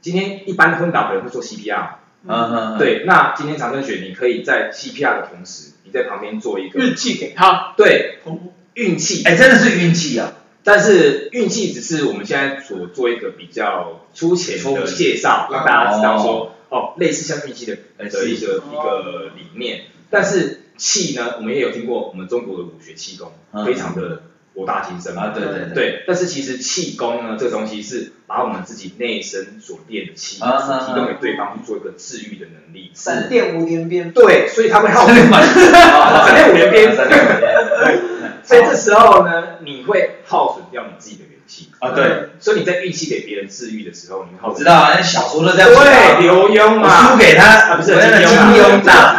[SPEAKER 1] 今天一般昏倒的人会做 CPR，
[SPEAKER 3] 嗯嗯，嗯，
[SPEAKER 1] 对，那今天长征雪，你可以在 CPR 的同时，你在旁边做一个
[SPEAKER 2] 运气给他，
[SPEAKER 1] 对
[SPEAKER 2] 哦
[SPEAKER 1] 运气，
[SPEAKER 3] 哎，真的是运气啊，
[SPEAKER 1] 但是运气只是我们现在所做一个比较粗浅
[SPEAKER 3] 粗
[SPEAKER 1] 的
[SPEAKER 3] 浅
[SPEAKER 1] 介绍，让大家知道说，哦，类似像运气的
[SPEAKER 3] 哎
[SPEAKER 1] 的一
[SPEAKER 3] 是
[SPEAKER 1] 个一
[SPEAKER 2] 哦
[SPEAKER 1] 个理念。但是气呢，我们也有听过，我们中国的武学气功
[SPEAKER 3] 嗯
[SPEAKER 1] 非常的博大精深嘛
[SPEAKER 3] 啊，对对 (laughs) 对，
[SPEAKER 1] 对，但是其实气功呢，这个东西是把我们自己内身所练的气，
[SPEAKER 3] 啊啊啊
[SPEAKER 1] 提供给对方去做一个治愈的能力。
[SPEAKER 2] 闪电五连鞭，
[SPEAKER 1] 对，所以他会耗
[SPEAKER 3] 三
[SPEAKER 1] 费
[SPEAKER 3] 六满，
[SPEAKER 1] (laughs) 闪电五连鞭
[SPEAKER 3] 闪电五连鞭，
[SPEAKER 1] 所以这时候呢，你会耗损掉你自己的元气。
[SPEAKER 3] 啊对，
[SPEAKER 1] 所以你在运气给别人治愈的时候，你会耗
[SPEAKER 3] 我
[SPEAKER 1] 损
[SPEAKER 3] 知。道啊，那小说都这样写啊
[SPEAKER 1] 对，刘墉
[SPEAKER 3] 我
[SPEAKER 1] 嘛，
[SPEAKER 3] 输给他，
[SPEAKER 1] 啊不是
[SPEAKER 3] 我那个
[SPEAKER 1] 金
[SPEAKER 3] 金
[SPEAKER 1] 庸
[SPEAKER 3] 庸 (laughs) 大，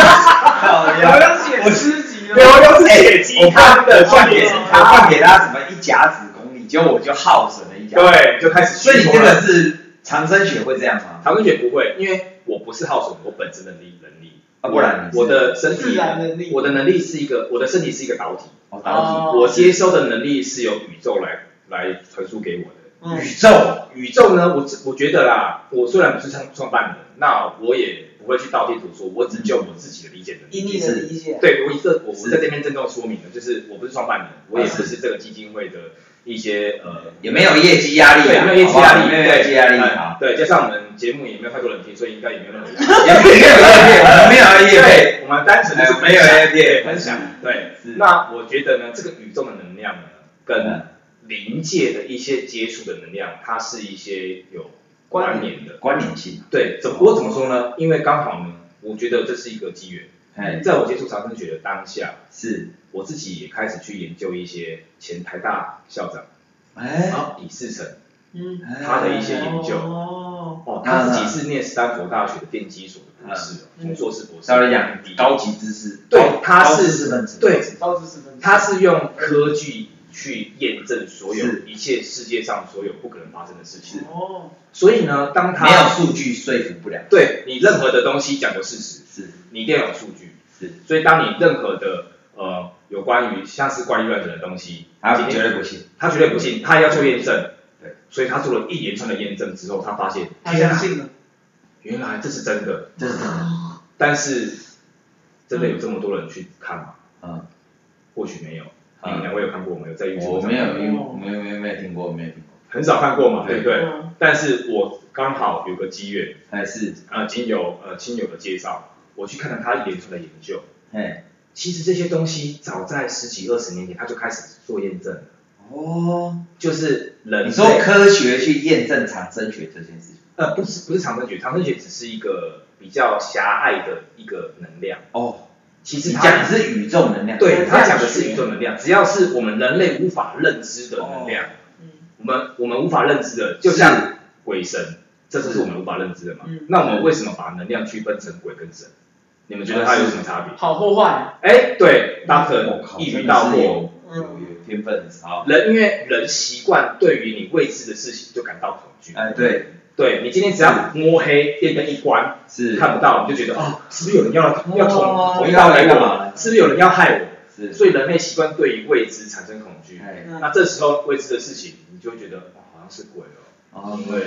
[SPEAKER 3] 靠
[SPEAKER 2] 好
[SPEAKER 3] 腰
[SPEAKER 2] 像写诗集
[SPEAKER 1] 刘
[SPEAKER 2] 了，
[SPEAKER 1] 墉是写鸡汤的
[SPEAKER 3] 我换
[SPEAKER 1] 赚
[SPEAKER 3] 给
[SPEAKER 1] 点
[SPEAKER 2] 鸡
[SPEAKER 3] 他，换给他什么一甲子功力，结果我就耗损了一甲。，
[SPEAKER 1] 对，就开始虚
[SPEAKER 3] 所
[SPEAKER 1] 脱
[SPEAKER 3] 以
[SPEAKER 1] 了。
[SPEAKER 3] 你这个是长生学会这样吗？
[SPEAKER 1] 唐文雪不会，因为我不是耗损我本身的能力能力，
[SPEAKER 3] 啊，不然你是
[SPEAKER 1] 我的身
[SPEAKER 2] 自
[SPEAKER 1] 体
[SPEAKER 2] 然能力
[SPEAKER 1] 我的能力是一个，我的身体是一个导体，
[SPEAKER 3] 哦导
[SPEAKER 2] 哦
[SPEAKER 1] 我接收的能力是由宇宙来来传输给我的。
[SPEAKER 3] 体
[SPEAKER 2] 嗯，
[SPEAKER 3] 宇宙
[SPEAKER 1] 宇宙呢，我只我觉得啦，我虽然不是创创办人，那我也不会去道听途说，我只就我自己的理解能
[SPEAKER 2] 以
[SPEAKER 1] 力。
[SPEAKER 2] 你的理解，
[SPEAKER 1] 对，我以这我我
[SPEAKER 3] 是
[SPEAKER 1] 在这边郑重说明了，就是我不是创办人，我也不是这个基金会的一些呃，
[SPEAKER 3] 也没有业绩压力
[SPEAKER 1] 对，
[SPEAKER 3] 啊，
[SPEAKER 1] 没有业绩压力，
[SPEAKER 3] 好不好没有业绩压力
[SPEAKER 1] 对
[SPEAKER 3] 啊，
[SPEAKER 1] 哎对，加上我们节目也没有太多人听，所以应该也没有哎
[SPEAKER 3] (laughs)
[SPEAKER 1] 任何压力。
[SPEAKER 3] 也没有业配，我们没有业配，
[SPEAKER 1] 对，我们单纯的
[SPEAKER 3] 哎
[SPEAKER 1] 是
[SPEAKER 3] 我们没有业配
[SPEAKER 1] 分享。对，
[SPEAKER 3] 是
[SPEAKER 1] 那我觉得呢，这个宇宙的能量呢，
[SPEAKER 3] 嗯
[SPEAKER 1] 跟灵界的一些接触的能量，它是一些有关联的。
[SPEAKER 3] 关联性，
[SPEAKER 1] 对，怎我怎么说呢？因为刚好呢，我觉得这是一个机缘。
[SPEAKER 3] 哎，
[SPEAKER 1] 在我接触长生学的当下，
[SPEAKER 3] 是，
[SPEAKER 1] 我自己也开始去研究一些前台大校长，
[SPEAKER 3] 哎
[SPEAKER 1] 然，后李世成，
[SPEAKER 2] 嗯，
[SPEAKER 1] 他的一些研究
[SPEAKER 2] 哦，
[SPEAKER 1] 哦，他自己是念斯坦福大学的电机所的博士，哦
[SPEAKER 2] 嗯
[SPEAKER 1] 硕士博士，
[SPEAKER 3] 稍微讲高级知识，
[SPEAKER 1] 对，他
[SPEAKER 3] 高知
[SPEAKER 1] 是
[SPEAKER 3] 识分子，
[SPEAKER 1] 对，
[SPEAKER 2] 高知识分子，
[SPEAKER 1] 他是用科技去验证所有
[SPEAKER 3] 是
[SPEAKER 1] 一切世界上所有不可能发生的事情。
[SPEAKER 2] 哦，
[SPEAKER 1] 所以呢，当他
[SPEAKER 3] 没有数据说服不了，
[SPEAKER 1] 对你任何的东西讲究事实，
[SPEAKER 3] 是
[SPEAKER 1] 你一定要有数据。
[SPEAKER 3] 是，
[SPEAKER 1] 所以当你任何的呃有关于像是关于乱伦的东西，
[SPEAKER 3] 他
[SPEAKER 1] 今天
[SPEAKER 3] 绝对不信，
[SPEAKER 1] 他绝对不信，他要做验证。
[SPEAKER 3] 对，
[SPEAKER 1] 所以他做了一连串的验证之后，他发现
[SPEAKER 2] 他相信了，
[SPEAKER 1] 原来这是真的，
[SPEAKER 3] 这是真的，
[SPEAKER 1] 但是真的有这么多人去看吗？
[SPEAKER 3] 嗯，
[SPEAKER 1] 或许没有。你
[SPEAKER 3] 嗯
[SPEAKER 1] 们两位有看过没有？在 YouTube
[SPEAKER 3] 我
[SPEAKER 1] 上
[SPEAKER 3] 没有，没有，没有，没有没有听过，没有听过，
[SPEAKER 1] 很少看过嘛，对不对？
[SPEAKER 2] 嗯
[SPEAKER 1] 但是我刚好有个机缘，
[SPEAKER 3] 哎是，
[SPEAKER 1] 呃，经由呃亲友的介绍，我去看了他一连串的研究。
[SPEAKER 3] 哎，
[SPEAKER 1] 其实这些东西早在十几二十年前他就开始做验证了，
[SPEAKER 3] 哦，
[SPEAKER 1] 就是人类
[SPEAKER 3] 你说科学去验证长生学这件事情，
[SPEAKER 1] 呃不是不是长生学，长生学只是一个比较狭隘的一个能量，
[SPEAKER 3] 哦，
[SPEAKER 1] 其
[SPEAKER 3] 你
[SPEAKER 1] 实
[SPEAKER 3] 讲的
[SPEAKER 1] 它
[SPEAKER 3] 是宇宙能量，
[SPEAKER 1] 对他讲的是宇宙能量，只要是我们人类无法认知的能量，
[SPEAKER 3] 哦
[SPEAKER 2] 嗯
[SPEAKER 1] 我们我们无法认知的，就是像鬼神，这就是我们无法认知的嘛。
[SPEAKER 2] 嗯
[SPEAKER 1] 那我们为什么把能量区分成鬼跟神？你们觉得它有什么差别？
[SPEAKER 2] 好或坏，
[SPEAKER 1] 哎，对
[SPEAKER 3] 嗯我嗯
[SPEAKER 1] ，Doctor
[SPEAKER 3] 靠，
[SPEAKER 1] 一
[SPEAKER 3] 真
[SPEAKER 1] 语
[SPEAKER 3] 的
[SPEAKER 1] 道
[SPEAKER 3] 是
[SPEAKER 1] 破。
[SPEAKER 3] 有有有天分，好，
[SPEAKER 1] 人因为人习惯对于你未知的事情就感到恐惧。
[SPEAKER 3] 哎对，
[SPEAKER 1] 对你今天只要摸黑，电灯一关，
[SPEAKER 3] 是
[SPEAKER 1] 看不到，你就觉得哦，是不是有人要要捅
[SPEAKER 3] 哦
[SPEAKER 1] 捅刀给
[SPEAKER 3] 要来干
[SPEAKER 1] 我
[SPEAKER 3] 嘛？
[SPEAKER 1] 是不是有人要害我？
[SPEAKER 3] 是，
[SPEAKER 1] 所以人类习惯对于未知产生恐惧。
[SPEAKER 3] 哎，
[SPEAKER 2] 嗯
[SPEAKER 1] 那这时候未知的事情，你就会觉得哇，好像是鬼哦。
[SPEAKER 3] 哦
[SPEAKER 1] 对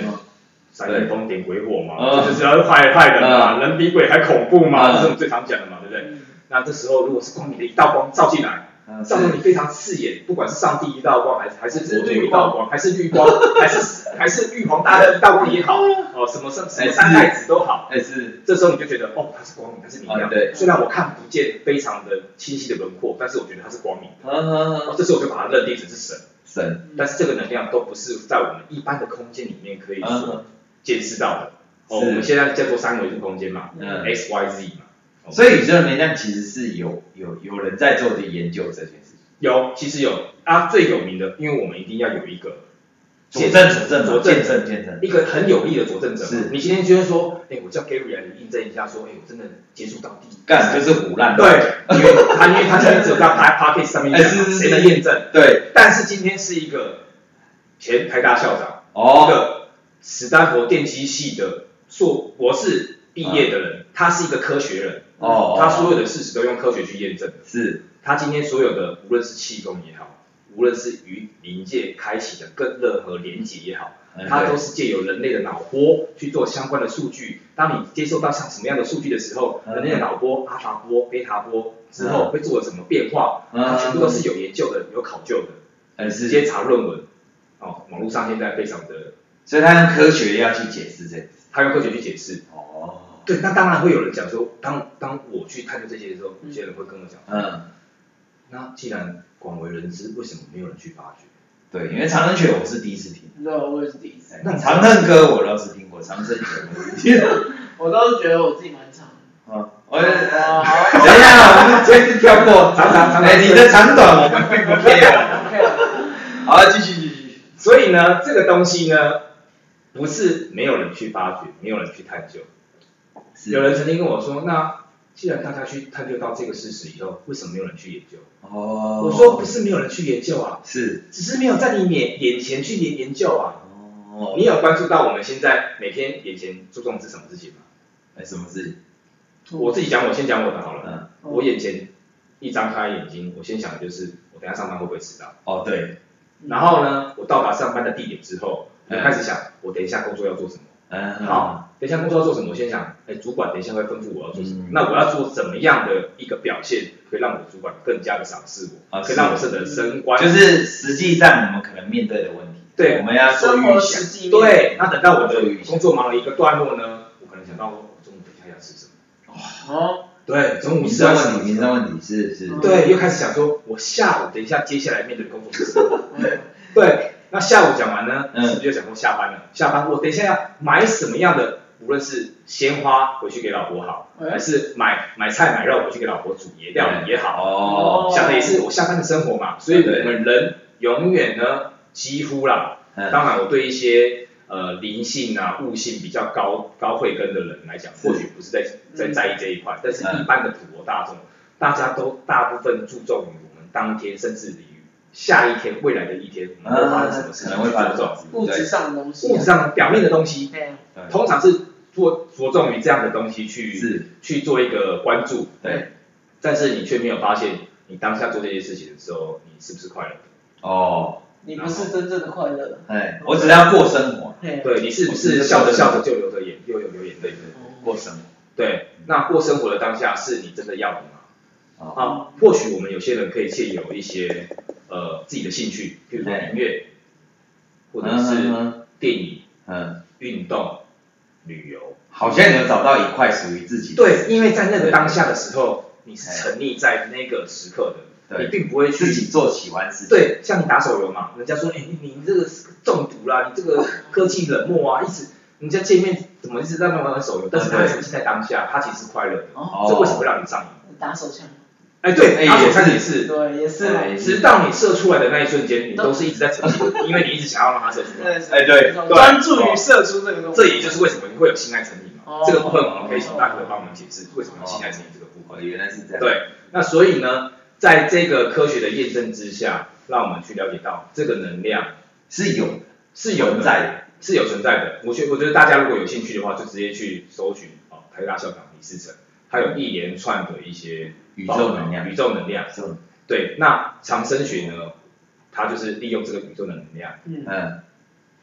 [SPEAKER 1] 闪电风点鬼火嘛，
[SPEAKER 3] 嗯
[SPEAKER 1] 这就是要害害人嘛，
[SPEAKER 3] 嗯
[SPEAKER 1] 人比鬼还恐怖嘛，
[SPEAKER 3] 嗯
[SPEAKER 1] 这是我们最常讲的嘛，对不对？
[SPEAKER 2] 嗯
[SPEAKER 1] 那这时候如果是光明的一道光照进来，
[SPEAKER 3] 嗯
[SPEAKER 1] 照得你非常刺眼，不管是上帝一道光，还是还是国主一道光，还是绿光，还是还是玉皇大帝一道光也
[SPEAKER 3] (laughs)
[SPEAKER 1] 好，哦，什么什什么三太子都好，
[SPEAKER 3] 哎是，
[SPEAKER 1] 这时候你就觉得哦，它是光明，它是明亮
[SPEAKER 3] 啊对
[SPEAKER 1] 的。虽然我看不见非常的清晰的轮廓，但是我觉得它是光明的。
[SPEAKER 3] 嗯嗯
[SPEAKER 1] 哦
[SPEAKER 3] 嗯，
[SPEAKER 1] 这时候我就把它认定成是神，
[SPEAKER 3] 神，
[SPEAKER 1] 但是这个能量都不是在我们一般的空间里面可以所
[SPEAKER 3] 嗯，
[SPEAKER 1] 见识到的。哦，
[SPEAKER 3] 是
[SPEAKER 1] 我们现在叫做三维度空间嘛
[SPEAKER 3] 嗯
[SPEAKER 1] ，X Y Z 嘛。哦
[SPEAKER 3] 所以宇宙能量其实是有有有人在做的研究这件事情，
[SPEAKER 1] 有，其实有啊，最有名的，因为我们一定要有一个
[SPEAKER 3] 佐证佐证啊
[SPEAKER 1] 佐
[SPEAKER 3] 佐
[SPEAKER 1] 证
[SPEAKER 3] 证见证见证，
[SPEAKER 1] 一个很有力的佐证者嘛。
[SPEAKER 3] 嗯是
[SPEAKER 1] 你今天居然说，哎、我叫 Gary 来印证一下，说，哎、我真的接触到第一，
[SPEAKER 3] 干就是胡乱，
[SPEAKER 1] 对，因为他因为他今天只有在 p o c k e t 上面
[SPEAKER 3] 哎
[SPEAKER 1] 讲
[SPEAKER 3] 是
[SPEAKER 1] 嘛，
[SPEAKER 3] 是
[SPEAKER 1] 谁
[SPEAKER 3] 是
[SPEAKER 1] 能验证？
[SPEAKER 3] 对，
[SPEAKER 1] 但是今天是一个前台大校长，一
[SPEAKER 3] 哦，
[SPEAKER 1] 个史丹佛电机系的硕博士毕业的人，他是一个科学人，
[SPEAKER 3] 嗯哦，
[SPEAKER 1] 他所有的事实都用科学去验证的。
[SPEAKER 3] 是
[SPEAKER 1] 他今天所有的，无论是气功也好，无论是与灵界开启的更任何连接也好，
[SPEAKER 3] 嗯
[SPEAKER 1] 它
[SPEAKER 3] 对
[SPEAKER 1] 都是借由人类的脑波去做相关的数据。当你接受到像什么样的数据的时候，
[SPEAKER 3] 嗯
[SPEAKER 1] 人类的脑波、阿法波、贝塔波之后会做了什么变化，
[SPEAKER 3] 嗯
[SPEAKER 1] 它全部都是有研究的、有考究的，
[SPEAKER 3] 很
[SPEAKER 1] 直
[SPEAKER 3] 直
[SPEAKER 1] 接
[SPEAKER 3] 接，
[SPEAKER 1] 查论文。哦，网络上现在非常的，
[SPEAKER 3] 所以他用科学要去解释这个。
[SPEAKER 1] 它用科学去解释。
[SPEAKER 3] 哦，
[SPEAKER 1] 对，那当然会有人讲说，当当我去探究这些的时候，有些人会跟我讲，
[SPEAKER 3] 嗯，
[SPEAKER 1] 那既然广为人知，为什么没有人去发掘？
[SPEAKER 3] 对，因为长生犬我是第一次听，
[SPEAKER 2] 你知道我也是第一次，
[SPEAKER 3] 那长恨歌我倒是听过，长生犬我没听过。
[SPEAKER 2] 我倒是觉得我自己蛮长。
[SPEAKER 3] 嗯，我呃
[SPEAKER 2] 哦
[SPEAKER 3] (laughs)
[SPEAKER 2] 好
[SPEAKER 3] 等一下，我们这次跳过
[SPEAKER 1] 长长长
[SPEAKER 3] 哎，你的长短我们并不 care。
[SPEAKER 2] ，OK，啊
[SPEAKER 3] 好，继续继续继续。
[SPEAKER 1] 所以呢，这个东西呢，不是没有人去发掘，没有人去探究。
[SPEAKER 3] 是
[SPEAKER 1] 有人曾经跟我说，那既然大家去探究到这个事实以后，为什么没有人去研究？
[SPEAKER 3] 哦，
[SPEAKER 1] 我说不是没有人去研究啊，
[SPEAKER 3] 是
[SPEAKER 1] 只是没有在你眼眼前去研研究啊。
[SPEAKER 3] 哦，
[SPEAKER 1] 你有关注到我们现在每天眼前注重是什么事情吗？
[SPEAKER 3] 哎，什么事？
[SPEAKER 2] 嗯
[SPEAKER 1] 我自己讲，我先讲我的好了。
[SPEAKER 3] 嗯，
[SPEAKER 1] 我眼前一张开眼睛，我先想的就是我等一下上班会不会迟到。
[SPEAKER 3] 哦对，
[SPEAKER 2] 嗯
[SPEAKER 1] 然后呢，我到达上班的地点之后，我
[SPEAKER 3] 嗯
[SPEAKER 1] 开始想我等一下工作要做什么。
[SPEAKER 3] 嗯，
[SPEAKER 1] 好，等一下工作要做什么？我先想，哎，主管等一下会吩咐我要做什么。
[SPEAKER 3] 嗯
[SPEAKER 1] 那我要做怎么样的一个表现，可以让我的主管更加的赏识我，
[SPEAKER 3] 啊
[SPEAKER 1] 可
[SPEAKER 3] 是
[SPEAKER 1] 以让我是人升官？
[SPEAKER 3] 就是实际上我们可能面对的问题，
[SPEAKER 1] 对
[SPEAKER 3] 我们要做
[SPEAKER 2] 生
[SPEAKER 3] 预
[SPEAKER 2] 活
[SPEAKER 3] 想
[SPEAKER 2] 实，际面
[SPEAKER 1] 对。那等到我的工作忙了一个段落呢，我可能想到我中午等一下要吃什么？
[SPEAKER 2] 哦，
[SPEAKER 1] 对，中午
[SPEAKER 3] 民
[SPEAKER 1] 吃
[SPEAKER 3] 生
[SPEAKER 1] 完什
[SPEAKER 3] 问
[SPEAKER 1] 么
[SPEAKER 3] 题，民生问题是是，
[SPEAKER 2] 嗯
[SPEAKER 1] 对，又开始想说，我下午等一下接下来面对的工作是什么？
[SPEAKER 2] 嗯
[SPEAKER 1] 对，那下午讲完呢，
[SPEAKER 3] 嗯
[SPEAKER 1] 是不是就想说下班了？下班我等一下要买什么样的？无论是鲜花回去给老婆好，
[SPEAKER 2] 哎
[SPEAKER 1] 还是买买菜买肉回去给老婆煮也料
[SPEAKER 3] 嗯
[SPEAKER 1] 理也好，
[SPEAKER 3] 哦，
[SPEAKER 1] 想的也是我下班的生活嘛。所以我们人永远呢，几乎啦，
[SPEAKER 3] 嗯
[SPEAKER 1] 呃当然我对一些呃灵性啊、悟性比较高高慧根的人来讲，
[SPEAKER 3] 是
[SPEAKER 1] 或许不是在在
[SPEAKER 2] 嗯
[SPEAKER 1] 在意这一块，但是
[SPEAKER 3] 嗯
[SPEAKER 1] 一般的普罗大众，大家都大部分注重于我们当天，甚至于下一天、未来的一天，我们会发生什么事
[SPEAKER 3] 嗯
[SPEAKER 1] 情
[SPEAKER 3] 可能会
[SPEAKER 1] 去
[SPEAKER 3] 发
[SPEAKER 1] 着
[SPEAKER 3] 生
[SPEAKER 1] 重。
[SPEAKER 2] 物质
[SPEAKER 3] 对
[SPEAKER 2] 上的东西
[SPEAKER 1] 物
[SPEAKER 2] 啊
[SPEAKER 1] 质，上的表面的东西，
[SPEAKER 2] 对啊，
[SPEAKER 3] 对
[SPEAKER 1] 通常是着着重于这样的东西去
[SPEAKER 3] 嗯是，
[SPEAKER 1] 去做一个关注，
[SPEAKER 3] 对，
[SPEAKER 1] 但是你却没有发现，你当下做这些事情的时候，你是不是快乐的？
[SPEAKER 3] 哦，
[SPEAKER 2] 你不是真正的快乐。
[SPEAKER 3] 哎，我只要过生活，
[SPEAKER 2] 对
[SPEAKER 1] 对你是不
[SPEAKER 3] 我是
[SPEAKER 1] 是
[SPEAKER 3] 不是
[SPEAKER 1] 笑着笑着就流着眼，又有流眼泪？
[SPEAKER 3] 过生活，
[SPEAKER 1] 对，那过生活的当下是你真的要的吗？
[SPEAKER 3] 哦，
[SPEAKER 1] 啊，或许我们有些人可以借由一些呃自己的兴趣，比如说音乐，或者是
[SPEAKER 3] 嗯
[SPEAKER 1] 电影、
[SPEAKER 3] 嗯，
[SPEAKER 1] 运动、旅游。
[SPEAKER 3] 好像有找到一块属于自己的，
[SPEAKER 1] 对，因为在那个当下的时候，你是沉溺在那个时刻的，
[SPEAKER 3] 对
[SPEAKER 1] 你并不会
[SPEAKER 3] 自
[SPEAKER 1] 去
[SPEAKER 3] 己做喜欢的事情，
[SPEAKER 1] 对，像你打手游嘛，人家说，哎、你你这个中毒啦，你这个科技冷漠啊，一直人家见面怎么一直在那玩手游，但是他
[SPEAKER 3] 对
[SPEAKER 1] 沉浸在当下，他其实是快乐的，
[SPEAKER 2] 哦，
[SPEAKER 3] 哦，
[SPEAKER 1] 这为什么会让你上瘾？
[SPEAKER 2] 打手枪，
[SPEAKER 1] 哎、对，
[SPEAKER 3] 哎
[SPEAKER 1] 打手
[SPEAKER 3] 也
[SPEAKER 1] 枪
[SPEAKER 3] 是
[SPEAKER 1] 也是，
[SPEAKER 2] 对，也是嘛。啊
[SPEAKER 3] 哎
[SPEAKER 1] 直到你射出来的那一瞬间，你都是一直在沉浸，因为你一直想要让它射出来。啊
[SPEAKER 2] 对，
[SPEAKER 3] 哎对
[SPEAKER 2] 专注于射出这个东西，
[SPEAKER 1] 哦这也就是为什么你会有性爱成瘾嘛。
[SPEAKER 2] 哦
[SPEAKER 1] 这个部分我们可以请大可帮我们解释为什么有性爱成瘾这个部
[SPEAKER 3] 哦，
[SPEAKER 1] 分。
[SPEAKER 3] 原来是这样，，
[SPEAKER 1] 对，那所以呢，在这个科学的验证之下，让我们去了解到这个能量
[SPEAKER 3] 是有的，
[SPEAKER 1] 是有
[SPEAKER 3] 存
[SPEAKER 1] 的
[SPEAKER 3] 在的，
[SPEAKER 1] 是有存在的。我觉我觉得大家如果有兴趣的话，就直接去搜寻哦，台大校长李世成，他有一连串的一些
[SPEAKER 3] 宇
[SPEAKER 1] 报道
[SPEAKER 3] 宙能量，
[SPEAKER 1] 宇宙能量。
[SPEAKER 3] 是吗
[SPEAKER 1] 对，那长生学呢，它就是利用这个宇宙的能量
[SPEAKER 2] 嗯，
[SPEAKER 3] 嗯，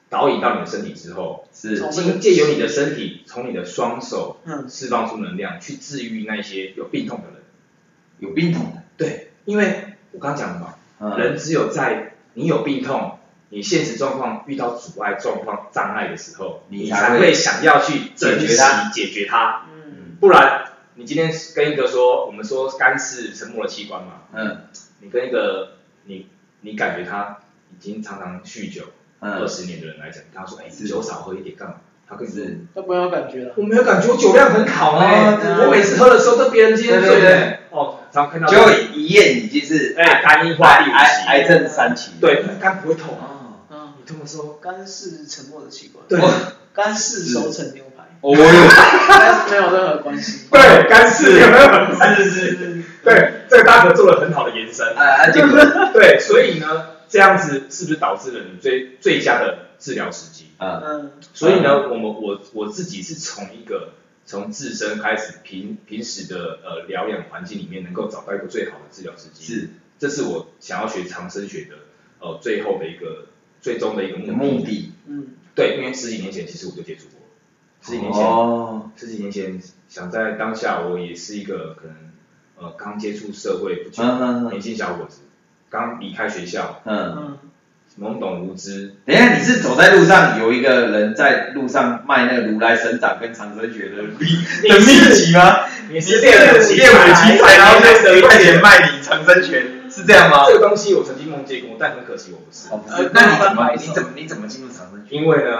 [SPEAKER 1] 导引到你的身体之后，
[SPEAKER 3] 是，
[SPEAKER 2] 从
[SPEAKER 1] 经借由你的身体，从你的双手
[SPEAKER 2] 嗯
[SPEAKER 1] 释放出能量，去治愈那些有病痛的人。
[SPEAKER 3] 有病痛的，
[SPEAKER 1] 对，因为我刚刚讲了嘛，
[SPEAKER 3] 嗯
[SPEAKER 1] 人只有在你有病痛、你现实状况遇到阻碍、状况、障碍的时候，
[SPEAKER 3] 你
[SPEAKER 1] 你
[SPEAKER 3] 才会
[SPEAKER 1] 才会想要去珍
[SPEAKER 3] 解决
[SPEAKER 1] 惜
[SPEAKER 3] 它、
[SPEAKER 1] 解决它。
[SPEAKER 2] 嗯，
[SPEAKER 1] 不然，你今天跟一个说，我们说肝是沉默的器官嘛，
[SPEAKER 3] 嗯
[SPEAKER 1] 你跟一个你你感觉他已经常常酗酒二
[SPEAKER 3] 嗯，
[SPEAKER 1] 十、20年的人来讲，跟他说，哎、
[SPEAKER 3] 是
[SPEAKER 1] 酒少喝一点干嘛？他跟你说，
[SPEAKER 3] 是。
[SPEAKER 2] 都没有感觉了。
[SPEAKER 1] 我没有感觉，我酒量很好哎、
[SPEAKER 3] 哦对
[SPEAKER 1] 我每次喝的时候都别人今天醉
[SPEAKER 3] 对对
[SPEAKER 1] 的
[SPEAKER 3] 对。
[SPEAKER 1] 哦，常看到
[SPEAKER 3] 就一验已经是
[SPEAKER 1] 哎，肝硬化
[SPEAKER 3] 癌
[SPEAKER 1] 第五
[SPEAKER 3] 癌癌
[SPEAKER 1] 期，
[SPEAKER 3] 症三期。
[SPEAKER 1] 对，肝不会痛啊。
[SPEAKER 3] 哦，
[SPEAKER 2] 嗯，
[SPEAKER 1] 你这么说，
[SPEAKER 2] 干式沉默的器官，
[SPEAKER 1] 对，
[SPEAKER 2] 干式熟成牛排，
[SPEAKER 3] 哦我有，
[SPEAKER 2] 但是没有任何
[SPEAKER 1] (laughs)
[SPEAKER 2] 关系。
[SPEAKER 1] 对，干式有没有？
[SPEAKER 3] 是是是，
[SPEAKER 1] 对，这个大哥做了很好的延伸。
[SPEAKER 3] (laughs) 啊啊，结果，
[SPEAKER 1] 对，所以呢，这样子是不是导致了你最最佳的治疗时机？
[SPEAKER 3] 嗯
[SPEAKER 2] 嗯，
[SPEAKER 1] 所以呢，我们我我自己是从一个从自身开始平平时的呃疗养环境里面，能够找到一个最好的治疗时机。
[SPEAKER 3] 是，
[SPEAKER 1] 这是我想要学长生学的呃最后的一个最终的一个目的。
[SPEAKER 3] 目的。
[SPEAKER 2] 嗯，
[SPEAKER 1] 对，因为十几年前其实我就接触过，十几年前，
[SPEAKER 3] 哦，
[SPEAKER 1] 十几年前想在当下，我也是一个可能呃刚接触社会不久、
[SPEAKER 3] 嗯嗯嗯
[SPEAKER 1] 年轻小伙子，刚离开学校，
[SPEAKER 2] 嗯，
[SPEAKER 3] 嗯，
[SPEAKER 1] 懵懂无知，
[SPEAKER 3] 等一下你是走在路上，有一个人在路上卖那个如来神掌跟长生诀的秘的秘籍吗？
[SPEAKER 1] 你
[SPEAKER 3] 你是
[SPEAKER 1] 练
[SPEAKER 3] 练
[SPEAKER 1] 武
[SPEAKER 3] 武
[SPEAKER 1] 奇
[SPEAKER 3] 练武奇才，然后就
[SPEAKER 1] 得
[SPEAKER 3] 十块钱卖你长生诀，是这样吗？
[SPEAKER 1] 这个东西我曾经梦见过，但很可惜我不是，
[SPEAKER 3] 哦，不是，那你怎么你怎么你怎么进入长生诀？
[SPEAKER 1] 因为呢，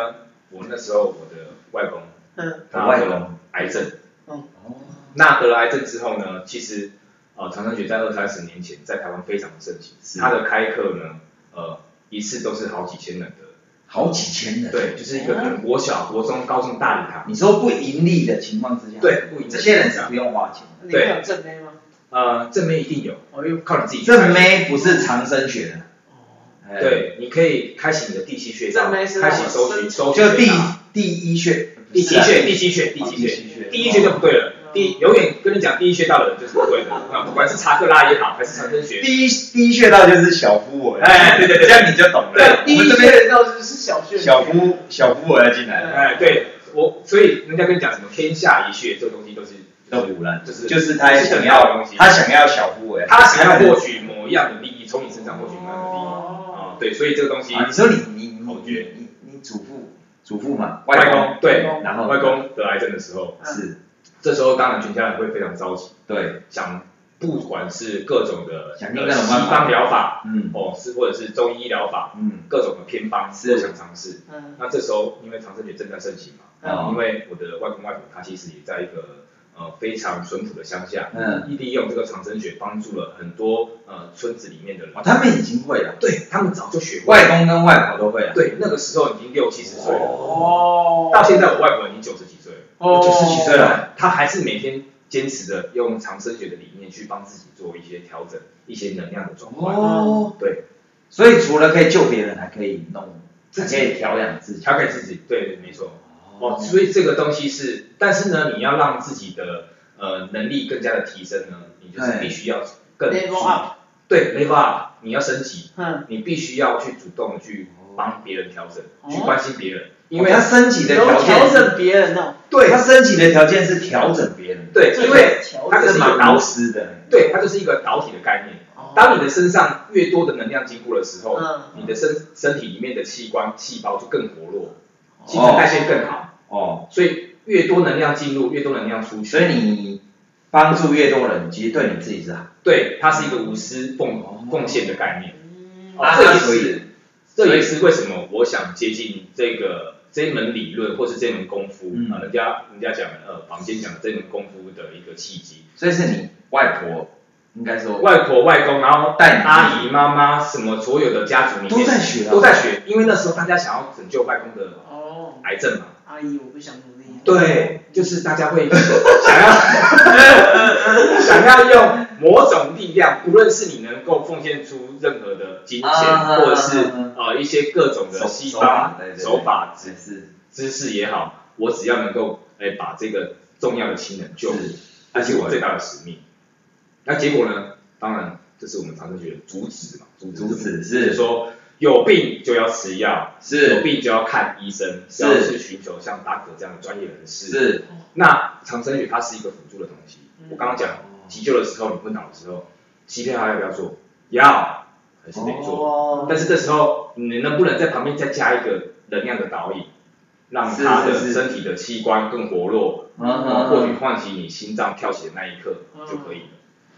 [SPEAKER 1] 我那时候我的外公
[SPEAKER 2] 嗯，
[SPEAKER 1] 他得了癌症，
[SPEAKER 3] 哦，
[SPEAKER 1] 那得了癌症之后呢，其实呃，长生诀在二三十年前在台湾非常的盛行
[SPEAKER 3] 是，
[SPEAKER 1] 它的开课呢，呃，一次都是好几千人的，
[SPEAKER 3] 好几千人。
[SPEAKER 1] 对，就是一个可能国小、国中、高中大礼堂，
[SPEAKER 3] 你说不盈利的情况之下，
[SPEAKER 1] 对不盈利
[SPEAKER 3] 这些人是不用花钱的。
[SPEAKER 2] 你有正妹吗？
[SPEAKER 1] 呃，正妹一定有，
[SPEAKER 2] 我又
[SPEAKER 1] 靠你自己去开
[SPEAKER 3] 这
[SPEAKER 1] 始，
[SPEAKER 3] 妹不是长生学的，哎，
[SPEAKER 1] 对，你可以开启你的第七穴道，
[SPEAKER 2] 正妹是
[SPEAKER 1] 开启收
[SPEAKER 2] 那
[SPEAKER 1] 取收
[SPEAKER 2] 种
[SPEAKER 1] 取
[SPEAKER 3] 就第
[SPEAKER 1] 穴道
[SPEAKER 3] 第一穴，
[SPEAKER 1] 第
[SPEAKER 3] 不
[SPEAKER 1] 七
[SPEAKER 3] 啊是啊
[SPEAKER 1] 穴、第七穴、第七
[SPEAKER 3] 哦第七
[SPEAKER 1] 穴
[SPEAKER 3] 穴，哦
[SPEAKER 1] 第一穴就不对了，第永远跟你讲第一穴道的人就是不对的，那不管是查克拉也好，还是长生学，
[SPEAKER 3] 第一第一穴道就是小夫我，
[SPEAKER 1] 哎对对对对
[SPEAKER 3] 这样你就懂了。
[SPEAKER 1] 对
[SPEAKER 2] 第
[SPEAKER 3] 我
[SPEAKER 2] 一
[SPEAKER 3] 们这边
[SPEAKER 2] 届到是是小学
[SPEAKER 3] 小夫小夫我要进来了，
[SPEAKER 1] 哎，对我，所以人家跟你讲什么天下一穴这个东西都是
[SPEAKER 3] 都胡乱，
[SPEAKER 1] 就是
[SPEAKER 3] 就是他想
[SPEAKER 1] 想要的
[SPEAKER 3] 要
[SPEAKER 1] 东西
[SPEAKER 3] 他想要小夫我，
[SPEAKER 1] 他想要获取某一样的利益，从你身上获取某样的利益
[SPEAKER 2] 哦，
[SPEAKER 1] 啊，对，所以这个东西
[SPEAKER 3] 啊，你说你你你
[SPEAKER 1] 口
[SPEAKER 3] 你
[SPEAKER 1] 诀
[SPEAKER 3] 你你祖父祖父嘛，
[SPEAKER 1] 外
[SPEAKER 3] 公
[SPEAKER 1] 公对
[SPEAKER 2] 公
[SPEAKER 3] 然后
[SPEAKER 1] 外公得癌症的时候，
[SPEAKER 3] 是
[SPEAKER 1] 这时候当然全家人会非常着急，
[SPEAKER 3] 对，
[SPEAKER 1] 想不管是各种的
[SPEAKER 3] 想尽各
[SPEAKER 1] 呃
[SPEAKER 3] 种
[SPEAKER 1] 西
[SPEAKER 3] 办法
[SPEAKER 1] 方疗法
[SPEAKER 3] 嗯
[SPEAKER 1] 哦，是或者是中医疗法，
[SPEAKER 3] 嗯
[SPEAKER 1] 各种的偏方
[SPEAKER 3] 是
[SPEAKER 1] 都想尝试。
[SPEAKER 2] 嗯
[SPEAKER 1] 那这时候因为长生节正在盛行嘛，因
[SPEAKER 3] 哦
[SPEAKER 1] 为我的外公外婆他其实也在一个呃非常淳朴的乡下，
[SPEAKER 3] 嗯，
[SPEAKER 1] 异地用这个长生学帮助了很多呃村子里面的人，
[SPEAKER 3] 哦，他们已经会了，
[SPEAKER 1] 对他们早就学会了，
[SPEAKER 3] 外公跟外婆都会了，
[SPEAKER 1] 对那个时候已经六七十岁了，
[SPEAKER 2] 哦
[SPEAKER 1] 到现在我外婆已经九十几岁了，
[SPEAKER 2] 哦
[SPEAKER 3] 九十几岁了，
[SPEAKER 1] 她还是每天坚持着用长生学的理念去帮自己做一些调整、一些能量的转换，
[SPEAKER 3] 哦，
[SPEAKER 1] 对，
[SPEAKER 3] 所以除了可以救别人，还可以弄，还
[SPEAKER 1] 自己
[SPEAKER 3] 可以调养自己，
[SPEAKER 1] 调给自己，对对，没错。哦，所以这个东西是，但是呢，你要让自己的呃能力更加的提升呢，你就是必须要更
[SPEAKER 2] level up，
[SPEAKER 1] 对 level up，你要升级，
[SPEAKER 2] 嗯，
[SPEAKER 1] 你必须要去主动的去帮别人调整，
[SPEAKER 2] 哦
[SPEAKER 1] 去关心别人，因
[SPEAKER 3] 因
[SPEAKER 1] 为
[SPEAKER 3] 为他升级的条
[SPEAKER 2] 有调
[SPEAKER 3] 件是，
[SPEAKER 2] 整别人哦，
[SPEAKER 3] 对他升级的条件是调整别人，
[SPEAKER 1] 对，因为它就是一个
[SPEAKER 3] 蛮无
[SPEAKER 1] 导，
[SPEAKER 3] 私的，
[SPEAKER 1] 对，它就是一个导体的概念。当你的身上越多的能量经过的时候，
[SPEAKER 2] 嗯
[SPEAKER 1] 你的身身体里面的器官细胞就更活络，新陈代谢更好，
[SPEAKER 3] 哦，
[SPEAKER 1] 所以越多能量进入，越多能量出去，
[SPEAKER 3] 所以你帮助越多人，其实对你自己是好，
[SPEAKER 1] 对，它是一个无私奉
[SPEAKER 3] 哦
[SPEAKER 1] 奉献的概念。
[SPEAKER 2] 嗯
[SPEAKER 1] 哦这也是
[SPEAKER 3] 所以
[SPEAKER 1] 这也是为什么我想接近这个这一门理论或是这门功夫
[SPEAKER 3] 嗯
[SPEAKER 1] 啊、人家人家讲呃坊间讲的这门功夫的一个契机。
[SPEAKER 3] 所以是你外婆应该说
[SPEAKER 1] 外婆、外公，然后
[SPEAKER 3] 带你
[SPEAKER 1] 阿姨、妈妈，什么所有的家族里面
[SPEAKER 3] 都在学啊
[SPEAKER 1] 都在学，因为那时候大家想要拯救外公的呃
[SPEAKER 2] 哦，
[SPEAKER 1] 癌症嘛，
[SPEAKER 2] 阿姨，我不想努力，
[SPEAKER 1] 对，就是大家会 (laughs) 想要想要用某种力量，不论是你能够奉献出任何的金钱，
[SPEAKER 3] 啊
[SPEAKER 1] 或者是
[SPEAKER 3] 啊
[SPEAKER 1] 呃一些各种的
[SPEAKER 3] 手
[SPEAKER 1] 西
[SPEAKER 3] 手
[SPEAKER 1] 方
[SPEAKER 3] 法对对对
[SPEAKER 1] 手法
[SPEAKER 3] 只是
[SPEAKER 1] 知识也好，我只要能够哎把这个重要的亲人救，
[SPEAKER 3] 是
[SPEAKER 1] 这是我最大的使命。那结果呢？当然，这是我们长生学的主旨嘛，主
[SPEAKER 3] 阻
[SPEAKER 1] 旨
[SPEAKER 3] 止
[SPEAKER 1] 就是
[SPEAKER 3] 是
[SPEAKER 1] 说有病就要吃药，有
[SPEAKER 3] 是
[SPEAKER 1] 病就要看医生，
[SPEAKER 3] 是
[SPEAKER 1] 要去寻求像达可这样的专业人士。
[SPEAKER 3] 是
[SPEAKER 1] 那长生学它是一个辅助的东西。
[SPEAKER 2] 嗯
[SPEAKER 1] 我刚刚讲急救的时候，你昏倒的时候，吸片还要不要做？要，还是得做。
[SPEAKER 2] 哦，
[SPEAKER 1] 但是这时候你能不能在旁边再加一个能量的导引，让他的
[SPEAKER 3] 是是是
[SPEAKER 1] 身体的器官更活络，
[SPEAKER 3] 嗯嗯
[SPEAKER 1] 哦
[SPEAKER 3] 嗯
[SPEAKER 1] 或许唤起你心脏跳起的那一刻就可以了。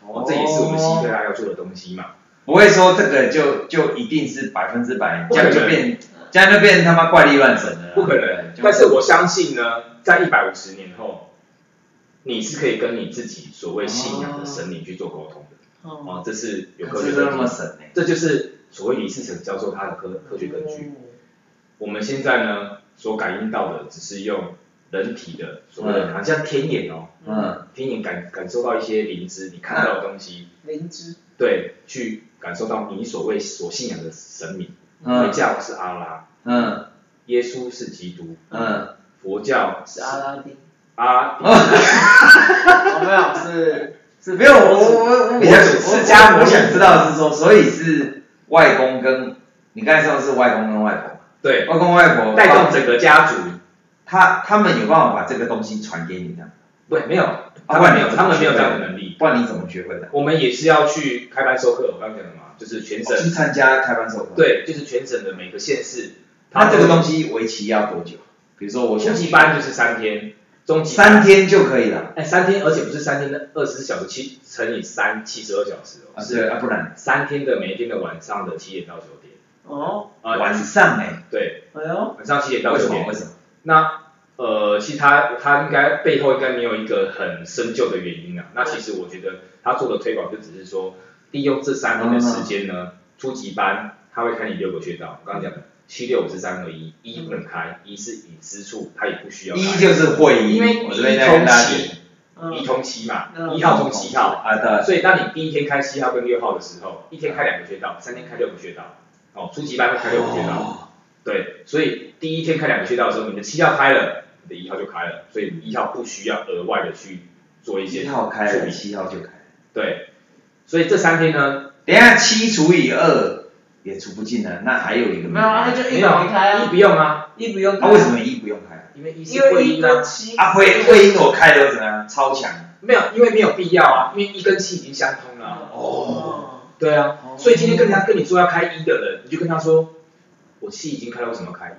[SPEAKER 1] 哦，这也是我们西
[SPEAKER 3] 哦
[SPEAKER 1] 非拉要做的东西嘛。
[SPEAKER 3] 不会说这个就就一定是百分之百，
[SPEAKER 1] 不
[SPEAKER 3] 这
[SPEAKER 1] 可能
[SPEAKER 3] 样就变这样就变成他妈怪力乱神了啦，
[SPEAKER 1] 不可能
[SPEAKER 3] 对，就
[SPEAKER 1] 但是我相信呢，在一百五十年后，你是可以跟你自己所谓信仰的神灵去做沟通的。
[SPEAKER 2] 哦，
[SPEAKER 1] 哦，这是有科
[SPEAKER 3] 可
[SPEAKER 1] 学
[SPEAKER 3] 是这
[SPEAKER 1] 根
[SPEAKER 3] 么
[SPEAKER 1] 据，
[SPEAKER 3] 神呢？
[SPEAKER 1] 这就是所谓李世成教授他的科科学根
[SPEAKER 3] 哦
[SPEAKER 1] 据。我们现在呢所感应到的，只是用人体的所谓的，好像天眼哦，
[SPEAKER 2] 嗯，
[SPEAKER 3] 嗯，
[SPEAKER 1] 天眼感感受到一些灵知，你看到的东西，
[SPEAKER 2] 灵芝，
[SPEAKER 1] 对，去感受到你所谓所信仰的神明。
[SPEAKER 3] 嗯
[SPEAKER 1] 回教是阿拉，
[SPEAKER 3] 嗯
[SPEAKER 1] 耶稣是基督，
[SPEAKER 3] 嗯，
[SPEAKER 1] 佛教
[SPEAKER 2] 是阿拉丁，
[SPEAKER 1] 阿
[SPEAKER 2] 哦，没有，是是
[SPEAKER 3] 没有，我我我比较
[SPEAKER 1] 我
[SPEAKER 3] 我
[SPEAKER 1] 释迦牟尼
[SPEAKER 3] 我想知道的是说，所以是外公跟你刚才说的是外公跟外婆嘛，
[SPEAKER 1] 对，
[SPEAKER 3] 外公外婆哦
[SPEAKER 1] 带动整个家族。
[SPEAKER 3] 他他们有办法把这个东西传给你的，
[SPEAKER 1] 对，没有，哦他
[SPEAKER 3] 不
[SPEAKER 1] 们
[SPEAKER 3] 然
[SPEAKER 1] 没有，
[SPEAKER 3] 你怎么
[SPEAKER 1] 他们没有
[SPEAKER 3] 学
[SPEAKER 1] 这
[SPEAKER 3] 会
[SPEAKER 1] 样的能力。
[SPEAKER 3] 不然你怎么学会的？
[SPEAKER 1] 我们也是要去开班授课，我刚刚讲的嘛，就是全
[SPEAKER 3] 去
[SPEAKER 1] 省，
[SPEAKER 3] 参加开班授课。，
[SPEAKER 1] 对，就是全省的每个县市。
[SPEAKER 3] 那这个东
[SPEAKER 1] 西，
[SPEAKER 3] 西为期要多久？比如说我
[SPEAKER 1] 初
[SPEAKER 3] 想
[SPEAKER 1] 级班就是三天，中级班
[SPEAKER 3] 三，天就可以了，
[SPEAKER 1] 哎，三天，而且不是三天的二十四小时，七乘以三，七十二小时哦，
[SPEAKER 3] 啊对啊，不然
[SPEAKER 1] 三天的每一天的晚上的七点到九点，
[SPEAKER 2] 哦，
[SPEAKER 1] 啊、
[SPEAKER 3] 晚上哎，
[SPEAKER 1] 对，
[SPEAKER 2] 哎呦，
[SPEAKER 1] 晚上七点到
[SPEAKER 3] 为
[SPEAKER 1] 九
[SPEAKER 3] 什
[SPEAKER 1] 点
[SPEAKER 3] 么？为。什么？
[SPEAKER 1] 那呃，其实他他应该背后应该没有一个很深究的原因啊。那其实我觉得他做的推广就只是说，利用这三年的时间呢，
[SPEAKER 3] 嗯
[SPEAKER 1] 初级班他会开你六个穴道，我刚刚讲的七六五是三二一，一不能开，一是隐私处，他也不需要开，
[SPEAKER 3] 一就是会议，
[SPEAKER 1] 因为
[SPEAKER 3] 我这边
[SPEAKER 1] 一
[SPEAKER 3] 要跟
[SPEAKER 1] 通
[SPEAKER 3] 大家解
[SPEAKER 1] 七
[SPEAKER 3] 释，
[SPEAKER 1] 一
[SPEAKER 2] 嗯，
[SPEAKER 1] 通七嘛，
[SPEAKER 2] 嗯
[SPEAKER 1] 一号通七号，呃
[SPEAKER 3] 啊对，
[SPEAKER 1] 所以当你第一天开七号跟六号的时候，一天开两个穴道，三天开六个穴道，哦，初级班会开六个穴道。
[SPEAKER 3] 哦
[SPEAKER 1] 对，所以第一天开两个穴道的时候，你的七号开了，你的一号就开了，所以一号不需要额外的去做一些
[SPEAKER 3] 一号开
[SPEAKER 1] 处
[SPEAKER 3] 了，
[SPEAKER 1] 理
[SPEAKER 3] 七号就开了。
[SPEAKER 1] 对，所以这三天呢，
[SPEAKER 3] 等一下七除以二也除不进来，那还有一个
[SPEAKER 2] 没有啊，他
[SPEAKER 3] 啊，
[SPEAKER 2] 就一个没开
[SPEAKER 1] 一
[SPEAKER 2] 啊
[SPEAKER 1] 不，用啊，
[SPEAKER 2] 一不用开
[SPEAKER 3] 他
[SPEAKER 2] 啊，
[SPEAKER 3] 为什么一不用开？
[SPEAKER 1] 因为一是
[SPEAKER 2] 因为
[SPEAKER 1] 会
[SPEAKER 2] 一
[SPEAKER 1] 阴啊
[SPEAKER 2] 跟，七
[SPEAKER 3] 啊，会会因我开了又怎么样？超强
[SPEAKER 1] 没有，因为没有必要啊，因为一跟七已经相通了啊、
[SPEAKER 3] 哦，
[SPEAKER 1] 对啊
[SPEAKER 3] 哦，
[SPEAKER 1] 所以今天跟人家跟你说要开一的人，你就跟他说，我气已经开了，为什么要开一？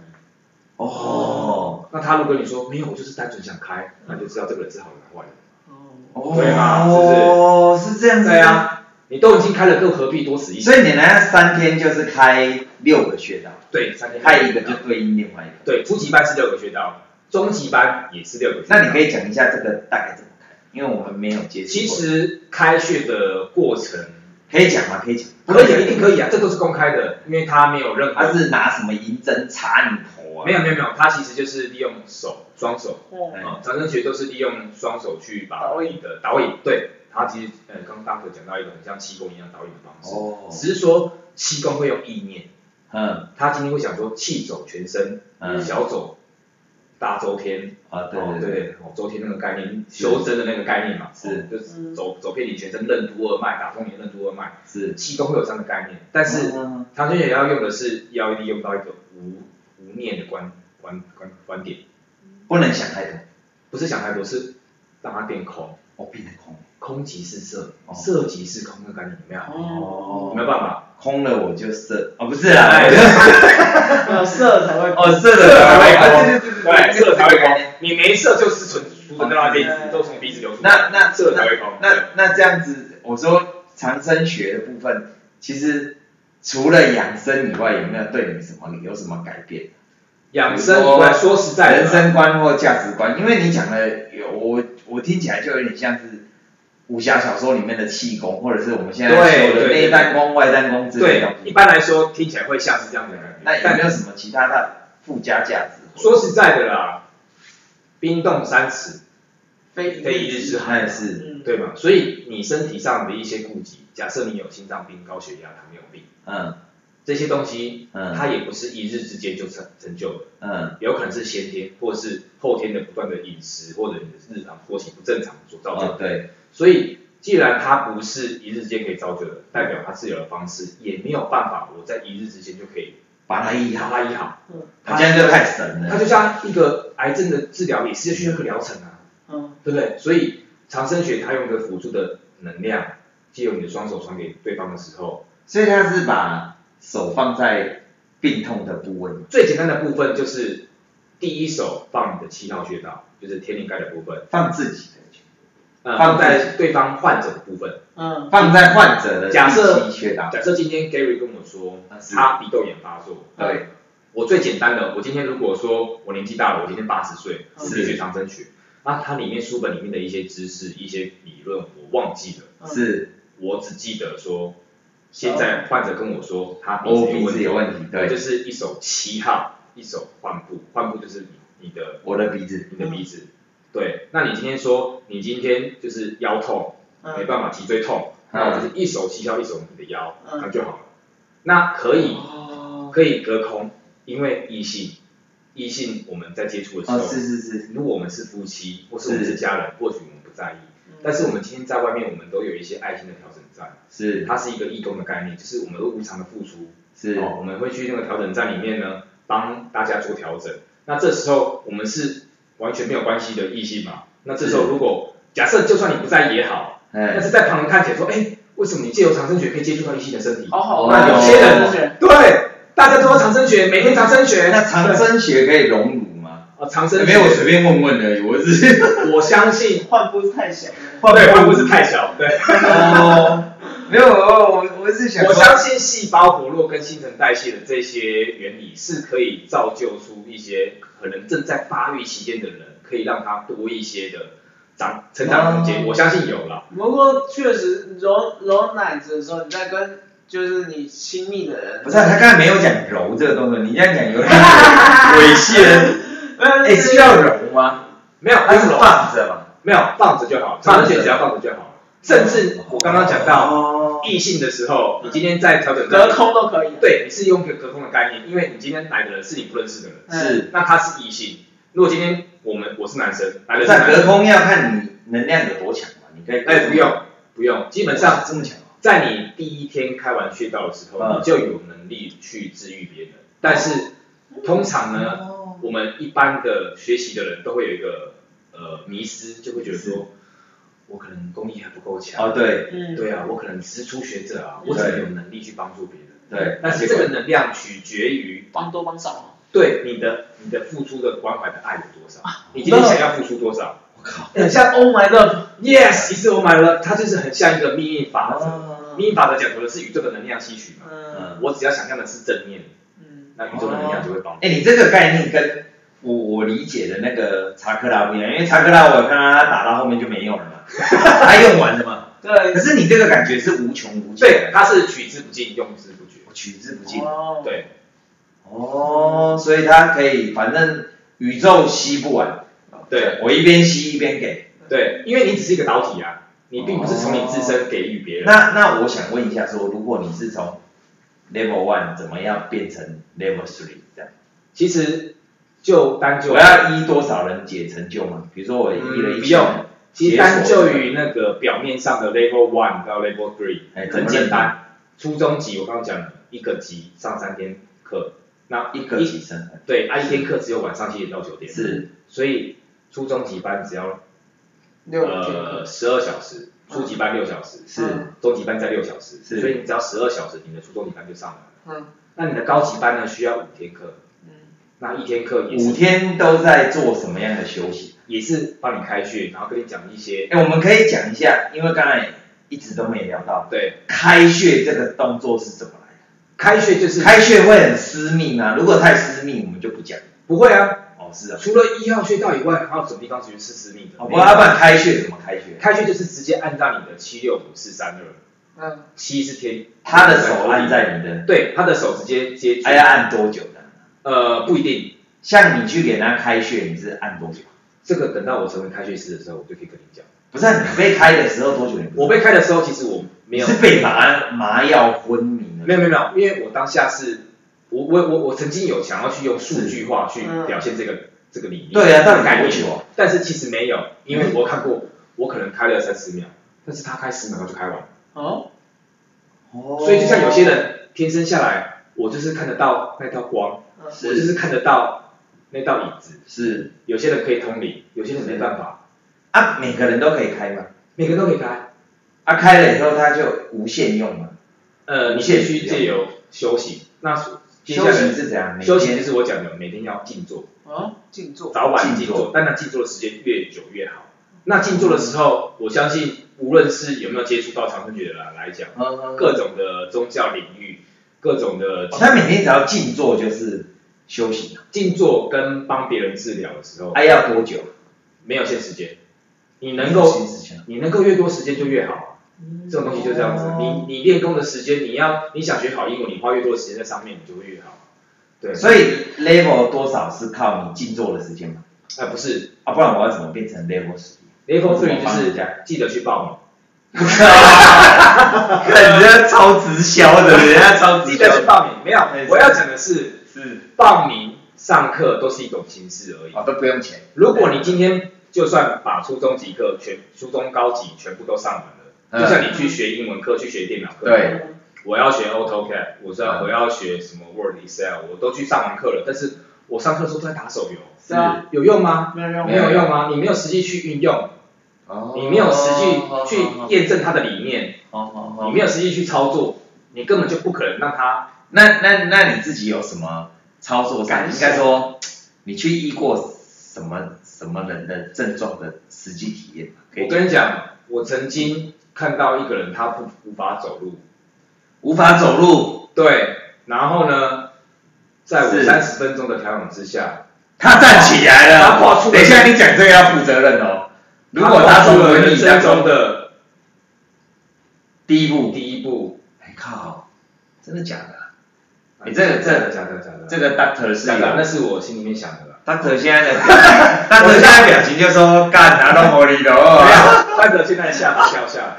[SPEAKER 3] 哦
[SPEAKER 1] 那他如果跟你说没有，我就是单纯想开，
[SPEAKER 2] 嗯
[SPEAKER 1] 那你就知道这个人是好人还是坏人。
[SPEAKER 2] 哦，
[SPEAKER 3] 哦，
[SPEAKER 1] 对啊
[SPEAKER 3] 哦，是这样子
[SPEAKER 1] 对，啊，你都已经开了，更何必多死一
[SPEAKER 3] 所
[SPEAKER 1] 次？
[SPEAKER 3] 以你呢三天就是开六个穴道，
[SPEAKER 1] 对，三天
[SPEAKER 3] 开一个就对应另外一个。
[SPEAKER 1] 对，初级班是六个穴道，中级班也是六个穴道。
[SPEAKER 3] 那你可以讲一下这个大概怎么开，因为我们没有接触过。
[SPEAKER 1] 其实开穴的过程，
[SPEAKER 3] 可以讲吗？可以讲，
[SPEAKER 1] 可以，一定可以啊，这都是公开的，因为它没有任
[SPEAKER 3] 他
[SPEAKER 1] 何，
[SPEAKER 3] 是拿什么银针插你头啊？
[SPEAKER 1] 没有没有没有，它其实就是利用手，双手，
[SPEAKER 2] 哦
[SPEAKER 3] 哎
[SPEAKER 1] 呃，长生学都是利用双手去把你的导引，对，它其实呃，刚刚有讲到一个很像气功一样导引的方式，
[SPEAKER 3] 哦，
[SPEAKER 1] 只是说气功会用意念，
[SPEAKER 3] 嗯
[SPEAKER 1] 他今天会想说气走全身，
[SPEAKER 3] 嗯，
[SPEAKER 1] 小走大周天，
[SPEAKER 3] 啊对
[SPEAKER 1] 哦
[SPEAKER 3] 对对，
[SPEAKER 1] 对，哦，周天那个概念，修真的那个概念嘛，
[SPEAKER 3] 是
[SPEAKER 1] 哦就
[SPEAKER 2] 嗯
[SPEAKER 1] 是走走遍你全身任督二脉，打通你的任督二脉，
[SPEAKER 3] 是，
[SPEAKER 1] 气功会有这样的概念，但是
[SPEAKER 3] 嗯
[SPEAKER 1] 唐玄也要用的是要利用到一个无无念的观观观观点，
[SPEAKER 3] 不能想太多，
[SPEAKER 1] 不是想太多，是让它变空，
[SPEAKER 3] 我变得空，
[SPEAKER 1] 空即是色，
[SPEAKER 3] 哦
[SPEAKER 1] 色即是空的概念，有没有？
[SPEAKER 2] 哦 (laughs)
[SPEAKER 1] 有没有办法，
[SPEAKER 3] 空了我就射，哦不是啊，
[SPEAKER 1] 哎
[SPEAKER 2] 有色才会
[SPEAKER 3] (laughs) 哦
[SPEAKER 1] 空
[SPEAKER 3] 射了对对
[SPEAKER 1] 对，色才会
[SPEAKER 3] 这个概
[SPEAKER 1] 空
[SPEAKER 3] 念，
[SPEAKER 1] 你没色就是纯出生到那鼻
[SPEAKER 2] 哦
[SPEAKER 1] 子，都从鼻子流出来，
[SPEAKER 3] 那那
[SPEAKER 1] 色才会空，
[SPEAKER 3] 那那这样子，我说长生学的部分，其实除了养生以外，有没有对你什么有什么改变？
[SPEAKER 1] 养生以外，说实在的
[SPEAKER 3] 人生观或价值观，因为你讲的有我我听起来就有点像是武侠小说里面的气功，或者是我们现在
[SPEAKER 1] 对
[SPEAKER 3] 说的
[SPEAKER 1] 对对
[SPEAKER 3] 内丹功、外丹功之类
[SPEAKER 1] 对
[SPEAKER 3] 的东，
[SPEAKER 1] 一
[SPEAKER 3] 西。
[SPEAKER 1] 般来说听起来会像是这样的感觉。
[SPEAKER 3] 那有没
[SPEAKER 1] 但
[SPEAKER 3] 有什么其他的附加价值？
[SPEAKER 1] 说实在的啦，冰冻三尺，
[SPEAKER 2] 非
[SPEAKER 1] 非一日之
[SPEAKER 3] 那也
[SPEAKER 1] 寒，
[SPEAKER 3] 是，
[SPEAKER 2] 嗯，
[SPEAKER 1] 对吗？所以你身体上的一些顾忌，假设你有心脏病、高血压、糖尿病
[SPEAKER 3] 嗯
[SPEAKER 1] 这些东西，
[SPEAKER 3] 嗯
[SPEAKER 1] 它也不是一日之间就成成就的，
[SPEAKER 3] 嗯，
[SPEAKER 1] 有可能是先天或者是后天的不断的饮食或者你的日常作息不正常所造成
[SPEAKER 3] 哦
[SPEAKER 1] 的。
[SPEAKER 3] 对，
[SPEAKER 1] 所以既然它不是一日之间可以造就的，代表它治疗的方式也没有办法，我在一日之间就可以
[SPEAKER 3] 把它医
[SPEAKER 1] 把
[SPEAKER 3] 好，
[SPEAKER 1] 它医好。
[SPEAKER 2] 嗯
[SPEAKER 3] 好像啊就太神
[SPEAKER 1] 它
[SPEAKER 3] 了。
[SPEAKER 1] 就像一个癌症的治疗，也是需要一个疗程啊，
[SPEAKER 2] 嗯，
[SPEAKER 1] 对不对？所以长生学它用的辅助的能量，借由你的双手传给对方的时候，
[SPEAKER 3] 所以他是把手放在病痛的部位嘛，
[SPEAKER 1] 最简单的部分就是第一手放你的七号穴道，就是天灵盖的部分，
[SPEAKER 3] 放自己的，
[SPEAKER 1] 呃，
[SPEAKER 3] 放
[SPEAKER 1] 放在对方患者的部分。
[SPEAKER 2] 嗯，
[SPEAKER 3] 放在患者的
[SPEAKER 1] 假设
[SPEAKER 3] 第七穴道。
[SPEAKER 1] 假设今天 Gary 跟我说
[SPEAKER 3] 啊是
[SPEAKER 1] 他鼻窦炎发作，
[SPEAKER 3] 对，
[SPEAKER 1] 我最简单的，我今天如果说我年纪大了，我今天八十岁，我
[SPEAKER 3] 是
[SPEAKER 1] 必须长生学，那它里面书本里面的一些知识、一些理论我忘记了。
[SPEAKER 2] 嗯
[SPEAKER 3] 是
[SPEAKER 1] 我只记得说，现在患者跟我说他鼻
[SPEAKER 3] O
[SPEAKER 1] 子有
[SPEAKER 3] 哦鼻
[SPEAKER 1] 问
[SPEAKER 3] 子
[SPEAKER 1] 题，
[SPEAKER 3] 有问题，
[SPEAKER 1] 我就
[SPEAKER 3] 对，
[SPEAKER 1] 是一手七号，一手患部，患部就是你你的
[SPEAKER 3] 我的鼻子，
[SPEAKER 1] 你的鼻子，对，那你今天说你今天就是腰痛，没
[SPEAKER 2] 嗯，
[SPEAKER 1] 办法脊椎痛，
[SPEAKER 3] 嗯
[SPEAKER 1] 那我就是一手七号，一手你的腰，
[SPEAKER 2] 嗯
[SPEAKER 1] 那就好了。那可以
[SPEAKER 2] 哦，
[SPEAKER 1] 可以隔空，因为异性异性我们在接触的时
[SPEAKER 3] 哦，
[SPEAKER 1] 候，
[SPEAKER 3] 是是是，
[SPEAKER 1] 如果我们是夫妻，或是我们
[SPEAKER 3] 是嗯
[SPEAKER 1] 是家人，或许我们不在意，但是我们今天在外面，我们都有一些爱心的调整站，
[SPEAKER 3] 是
[SPEAKER 1] 它是一个义工的概念，就是我们会无偿的付出，
[SPEAKER 3] 是
[SPEAKER 1] 哦，我们会去那个调整站里面呢，帮大家做调整。那这时候我们是完全没有关系的异性嘛？那这时候如果假设就算你不在也好，但
[SPEAKER 3] 哎，
[SPEAKER 1] 是在旁人看起来说，哎、为什么你借由长生学可以接触到异性的身体？
[SPEAKER 3] 哦
[SPEAKER 2] 好好，
[SPEAKER 3] 那有
[SPEAKER 1] 些人
[SPEAKER 2] 同学
[SPEAKER 1] 对，大家都要长生学，每天长生学。
[SPEAKER 3] 那长生学可以荣辱吗？
[SPEAKER 1] 啊，长生
[SPEAKER 3] 没
[SPEAKER 1] 学，
[SPEAKER 3] 有，我随便问问而已，我 (laughs) 是
[SPEAKER 1] 我相信，
[SPEAKER 3] (laughs)
[SPEAKER 2] 换不太小了，
[SPEAKER 1] 对，会不是太小，对，
[SPEAKER 3] 哦， (laughs) 没有，我我我是想
[SPEAKER 1] 我
[SPEAKER 3] 说，
[SPEAKER 1] 相信细胞活络跟新陈代谢的这些原理是可以造就出一些可能正在发育期间的人，可以让他多一些的长成长空间。
[SPEAKER 3] 哦
[SPEAKER 1] 我相信有了，
[SPEAKER 2] 不过确实揉揉奶子的时候，你在跟就是你亲密的人，
[SPEAKER 3] 不是啊他刚才没有讲柔这个动作，你这样讲有
[SPEAKER 1] (laughs)
[SPEAKER 3] 点猥亵，
[SPEAKER 2] 呃，
[SPEAKER 3] 哎，需要柔吗？
[SPEAKER 1] 没有，
[SPEAKER 3] 它
[SPEAKER 1] 它
[SPEAKER 3] 是
[SPEAKER 1] 是放，
[SPEAKER 3] 放着嘛，
[SPEAKER 1] 没有放着就好，
[SPEAKER 3] 放着
[SPEAKER 1] 长生学只要放着就好。甚至我刚刚讲到
[SPEAKER 3] 到
[SPEAKER 1] 异性的时候，你今天在调整
[SPEAKER 2] 隔，空都可以，
[SPEAKER 1] 对，你是用一个隔空的概念，因为你今天来的人是你不认识的人，
[SPEAKER 3] 是，
[SPEAKER 1] 那他是异性。如果今天我们我是男生，来的是
[SPEAKER 3] 在
[SPEAKER 1] 男
[SPEAKER 3] 隔
[SPEAKER 1] 生，
[SPEAKER 3] 空要看你能量有多强嘛，你可以
[SPEAKER 1] 哎，不用不用，基本上
[SPEAKER 3] 这么强，
[SPEAKER 1] 在你第一天开完穴道的时候，
[SPEAKER 3] 嗯
[SPEAKER 1] 你就有能力去治愈别人。但是通常呢，
[SPEAKER 3] 哦
[SPEAKER 1] 我们一般的学习的人都会有一个呃迷失，就会觉得说，我可能功力还不够强。
[SPEAKER 3] 哦对
[SPEAKER 2] 嗯，
[SPEAKER 1] 对啊，我可能只是初学者啊，我怎么有能力去帮助别人？
[SPEAKER 3] 对，
[SPEAKER 1] 但是这个能量取决于
[SPEAKER 2] 帮多帮少，
[SPEAKER 1] 对你的你的付出的关怀的爱有多少，你今天想要付出多少？
[SPEAKER 3] 啊我靠，
[SPEAKER 2] 很像 Oh my love，
[SPEAKER 1] Yes，其实我买了，它就是很像一个命运法则。
[SPEAKER 3] 哦
[SPEAKER 1] 命运法则讲求的是宇宙的能量吸取嘛。
[SPEAKER 2] 嗯
[SPEAKER 1] 我只要想象的是正面，
[SPEAKER 2] 嗯，
[SPEAKER 1] 那宇宙的能量就会帮助。
[SPEAKER 3] 哎，你这个概念跟我我理解的那个查克拉不一样，因为查克拉我有看到他打到后面就没有
[SPEAKER 1] (laughs)
[SPEAKER 3] 了嘛，他用完了嘛。可
[SPEAKER 2] 对，
[SPEAKER 3] 是你这个感觉是无穷无尽，
[SPEAKER 1] 对，，它是取之不尽，用之不绝。
[SPEAKER 3] 取之不尽。
[SPEAKER 2] 哦，
[SPEAKER 1] 对，
[SPEAKER 3] 哦，所以它可以，反正宇宙吸不完。
[SPEAKER 1] 对，
[SPEAKER 3] 我一边吸一边给。
[SPEAKER 1] 对，因为你只是一个导体啊，你并不是从你自身给予别人。
[SPEAKER 3] 那那我想问一下说如果你是从 level one 怎么样变成 level three 这样？
[SPEAKER 1] 其实就单就
[SPEAKER 3] 我要依多少人解成就吗？比如说我依了
[SPEAKER 1] 嗯
[SPEAKER 3] 一
[SPEAKER 1] 不
[SPEAKER 3] 千
[SPEAKER 1] 用
[SPEAKER 3] 人，
[SPEAKER 1] 其实单就于那个表面上的 level one 到 level three，
[SPEAKER 3] 哎怎
[SPEAKER 1] 很
[SPEAKER 3] 么
[SPEAKER 1] 简
[SPEAKER 3] 认
[SPEAKER 1] 单。初中级我刚刚讲了一个级上三天课，那
[SPEAKER 3] 一个提升，
[SPEAKER 1] 对，啊一天课只有晚上七点到九点，
[SPEAKER 3] 是
[SPEAKER 1] 所以初中级班只要
[SPEAKER 2] 六天，
[SPEAKER 1] 呃十二小时，初级班六小时，
[SPEAKER 3] 嗯是
[SPEAKER 1] 中级班在六小时，
[SPEAKER 3] 是
[SPEAKER 1] 所以你只要十二小时，你的初中级班就上了。
[SPEAKER 2] 嗯
[SPEAKER 1] 那你的高级班呢，需要五天课，
[SPEAKER 2] 嗯，
[SPEAKER 1] 那一天课也
[SPEAKER 3] 五
[SPEAKER 1] 是
[SPEAKER 3] 天都在做什么样的休息？
[SPEAKER 1] 也是帮你开穴，然后跟你讲一些
[SPEAKER 3] 哎，我们可以讲一下，因为刚才一直都没聊到
[SPEAKER 1] 对
[SPEAKER 3] 开穴这个动作是怎么来的。
[SPEAKER 1] 开穴就是
[SPEAKER 3] 开穴会很私密吗？如果太私密，我们就不讲。
[SPEAKER 1] 不会啊，
[SPEAKER 3] 哦，是啊。
[SPEAKER 1] 除了一号穴道以外，还有什么地方其实是私密的？
[SPEAKER 3] 哦，
[SPEAKER 1] 没有
[SPEAKER 3] 不，要不然开穴怎么开穴？
[SPEAKER 1] 开穴就是直接按照你的七六五四三二，
[SPEAKER 2] 嗯，
[SPEAKER 1] 七是天，
[SPEAKER 3] 他的手按在你的，
[SPEAKER 1] 对他的手直接接触
[SPEAKER 3] 哎，要按多久呢？
[SPEAKER 1] 呃不一定，
[SPEAKER 3] 像你去给他开穴，你是按多久？
[SPEAKER 1] 这个等到我成为开穴师的时候，我就可以跟你讲。
[SPEAKER 3] 不是啊、你被开的时候多久？你不知道
[SPEAKER 1] 我被开的时候，其实我没有
[SPEAKER 3] 嗯是被麻麻药昏迷了。
[SPEAKER 1] 没有没有没有，因为我当下是，我我我我曾经有想要去用数据化去表现这个、这个理念，
[SPEAKER 3] 对啊，
[SPEAKER 1] 这
[SPEAKER 3] 到
[SPEAKER 1] 个
[SPEAKER 3] 底
[SPEAKER 1] 概
[SPEAKER 3] 多
[SPEAKER 1] 念，
[SPEAKER 3] 久啊？
[SPEAKER 1] 但是其实没有，因
[SPEAKER 3] 嗯
[SPEAKER 1] 为我看过，我可能开了三十秒，但是他开十秒他就开完，
[SPEAKER 2] 哦，
[SPEAKER 3] 哦
[SPEAKER 1] 所以就像有些人天生下来，我就是看得到那道光，
[SPEAKER 2] 嗯
[SPEAKER 1] 我就是看得到那道影子，
[SPEAKER 3] 是
[SPEAKER 1] 有些人可以通灵，有些人没办法，
[SPEAKER 3] 啊，每个人都可以开吗？
[SPEAKER 1] 每个人都可以开，
[SPEAKER 3] 啊，开了以后他就无限用嘛。
[SPEAKER 1] 呃，你必须借由修行，那接下
[SPEAKER 3] 休息
[SPEAKER 1] 来
[SPEAKER 3] 是怎样？每
[SPEAKER 1] 修行就
[SPEAKER 3] 天
[SPEAKER 1] 是我讲的，每天要静坐。
[SPEAKER 2] 哦，静坐，
[SPEAKER 1] 早晚静
[SPEAKER 3] 静
[SPEAKER 1] 坐
[SPEAKER 3] 坐，
[SPEAKER 1] 但那静坐的时间越久越好。那静坐的时候，我相信无论是有没有接触到长生诀的人来讲，
[SPEAKER 3] 嗯
[SPEAKER 1] 各种的宗教领域，各种的
[SPEAKER 3] 哦他每天只要静坐就是休息啊。
[SPEAKER 1] 静坐跟帮别人治疗的时候，
[SPEAKER 3] 哎，要多久？
[SPEAKER 1] 没有限时间，你能够
[SPEAKER 3] 休息时间
[SPEAKER 1] 你能够越多时间就越好。
[SPEAKER 2] 嗯
[SPEAKER 1] 这种东西就这样子，
[SPEAKER 3] 哦
[SPEAKER 1] 你你练功的时间，你要你想学好英文，你花越多的时间在上面，你就会越好。对，
[SPEAKER 3] 所以 level 多少是靠你静坐的时间嘛？
[SPEAKER 1] 哎、不是
[SPEAKER 3] 啊，不然我要怎么变成
[SPEAKER 1] (laughs)
[SPEAKER 3] level 十？
[SPEAKER 1] level
[SPEAKER 3] 怎么
[SPEAKER 1] three 就
[SPEAKER 3] 帮
[SPEAKER 1] 是
[SPEAKER 3] 人家
[SPEAKER 1] 记得去报名。
[SPEAKER 3] 人家超直销的，人家超
[SPEAKER 1] 记得去报名，没有
[SPEAKER 3] 没，错
[SPEAKER 1] 我要讲的是
[SPEAKER 3] (laughs) 哎是
[SPEAKER 1] 报名上课都是一种形式而已。
[SPEAKER 3] 啊，都不用钱。
[SPEAKER 1] 如果你今天就算把初中级课全、初中高级全部都上完了，
[SPEAKER 3] 嗯
[SPEAKER 1] 就算你去学英文课、去学电脑课，
[SPEAKER 3] 对
[SPEAKER 1] 我要学 AutoCAD，我知道
[SPEAKER 3] 嗯
[SPEAKER 1] 我要学什么 Word、Excel，我都去上完课了，但是我上课的时候都在打手游，
[SPEAKER 2] 是啊，
[SPEAKER 1] 有用吗？
[SPEAKER 2] 没有用，
[SPEAKER 1] 没有用吗？你没有实际去运用，
[SPEAKER 3] 哦
[SPEAKER 1] 你没有实际去
[SPEAKER 3] 哦
[SPEAKER 1] 验证它的理念，
[SPEAKER 3] 哦哦哦
[SPEAKER 1] 你没有实际去操作，你根本就不可能让它
[SPEAKER 3] 那那那你自己有什么操作上？
[SPEAKER 2] 感
[SPEAKER 3] 应
[SPEAKER 2] 想
[SPEAKER 3] 该说，你去医过什么什么人的症状的实际体验吗？可以
[SPEAKER 1] 我跟你讲，我曾经看到一个人他不无法走路，
[SPEAKER 3] 无法走路，
[SPEAKER 1] 对，然后呢，在我
[SPEAKER 3] 是
[SPEAKER 1] 三十分钟的调养之下，
[SPEAKER 3] 他站起来了。
[SPEAKER 1] 他跨出了
[SPEAKER 3] 等一下，你讲这个要负责任哦。如果他
[SPEAKER 1] 走
[SPEAKER 3] 从
[SPEAKER 1] 了
[SPEAKER 3] 轮
[SPEAKER 1] 人
[SPEAKER 3] 椅
[SPEAKER 1] 生
[SPEAKER 3] 当
[SPEAKER 1] 中
[SPEAKER 3] 中的
[SPEAKER 1] 的
[SPEAKER 3] 第一步，
[SPEAKER 1] 第一步，
[SPEAKER 3] 哎靠，真的假的啊？你
[SPEAKER 1] 啊
[SPEAKER 3] 这个这
[SPEAKER 1] 假
[SPEAKER 3] 个
[SPEAKER 1] 的假的假的，
[SPEAKER 3] 这个 doctor 是啊
[SPEAKER 1] 假的，那
[SPEAKER 3] 有
[SPEAKER 1] 是我心里面想的啦。
[SPEAKER 3] ，doctor 现在的表情，doctor 现在表情就说干拿到魔力了哦。
[SPEAKER 1] 快德现在下巴掉下来。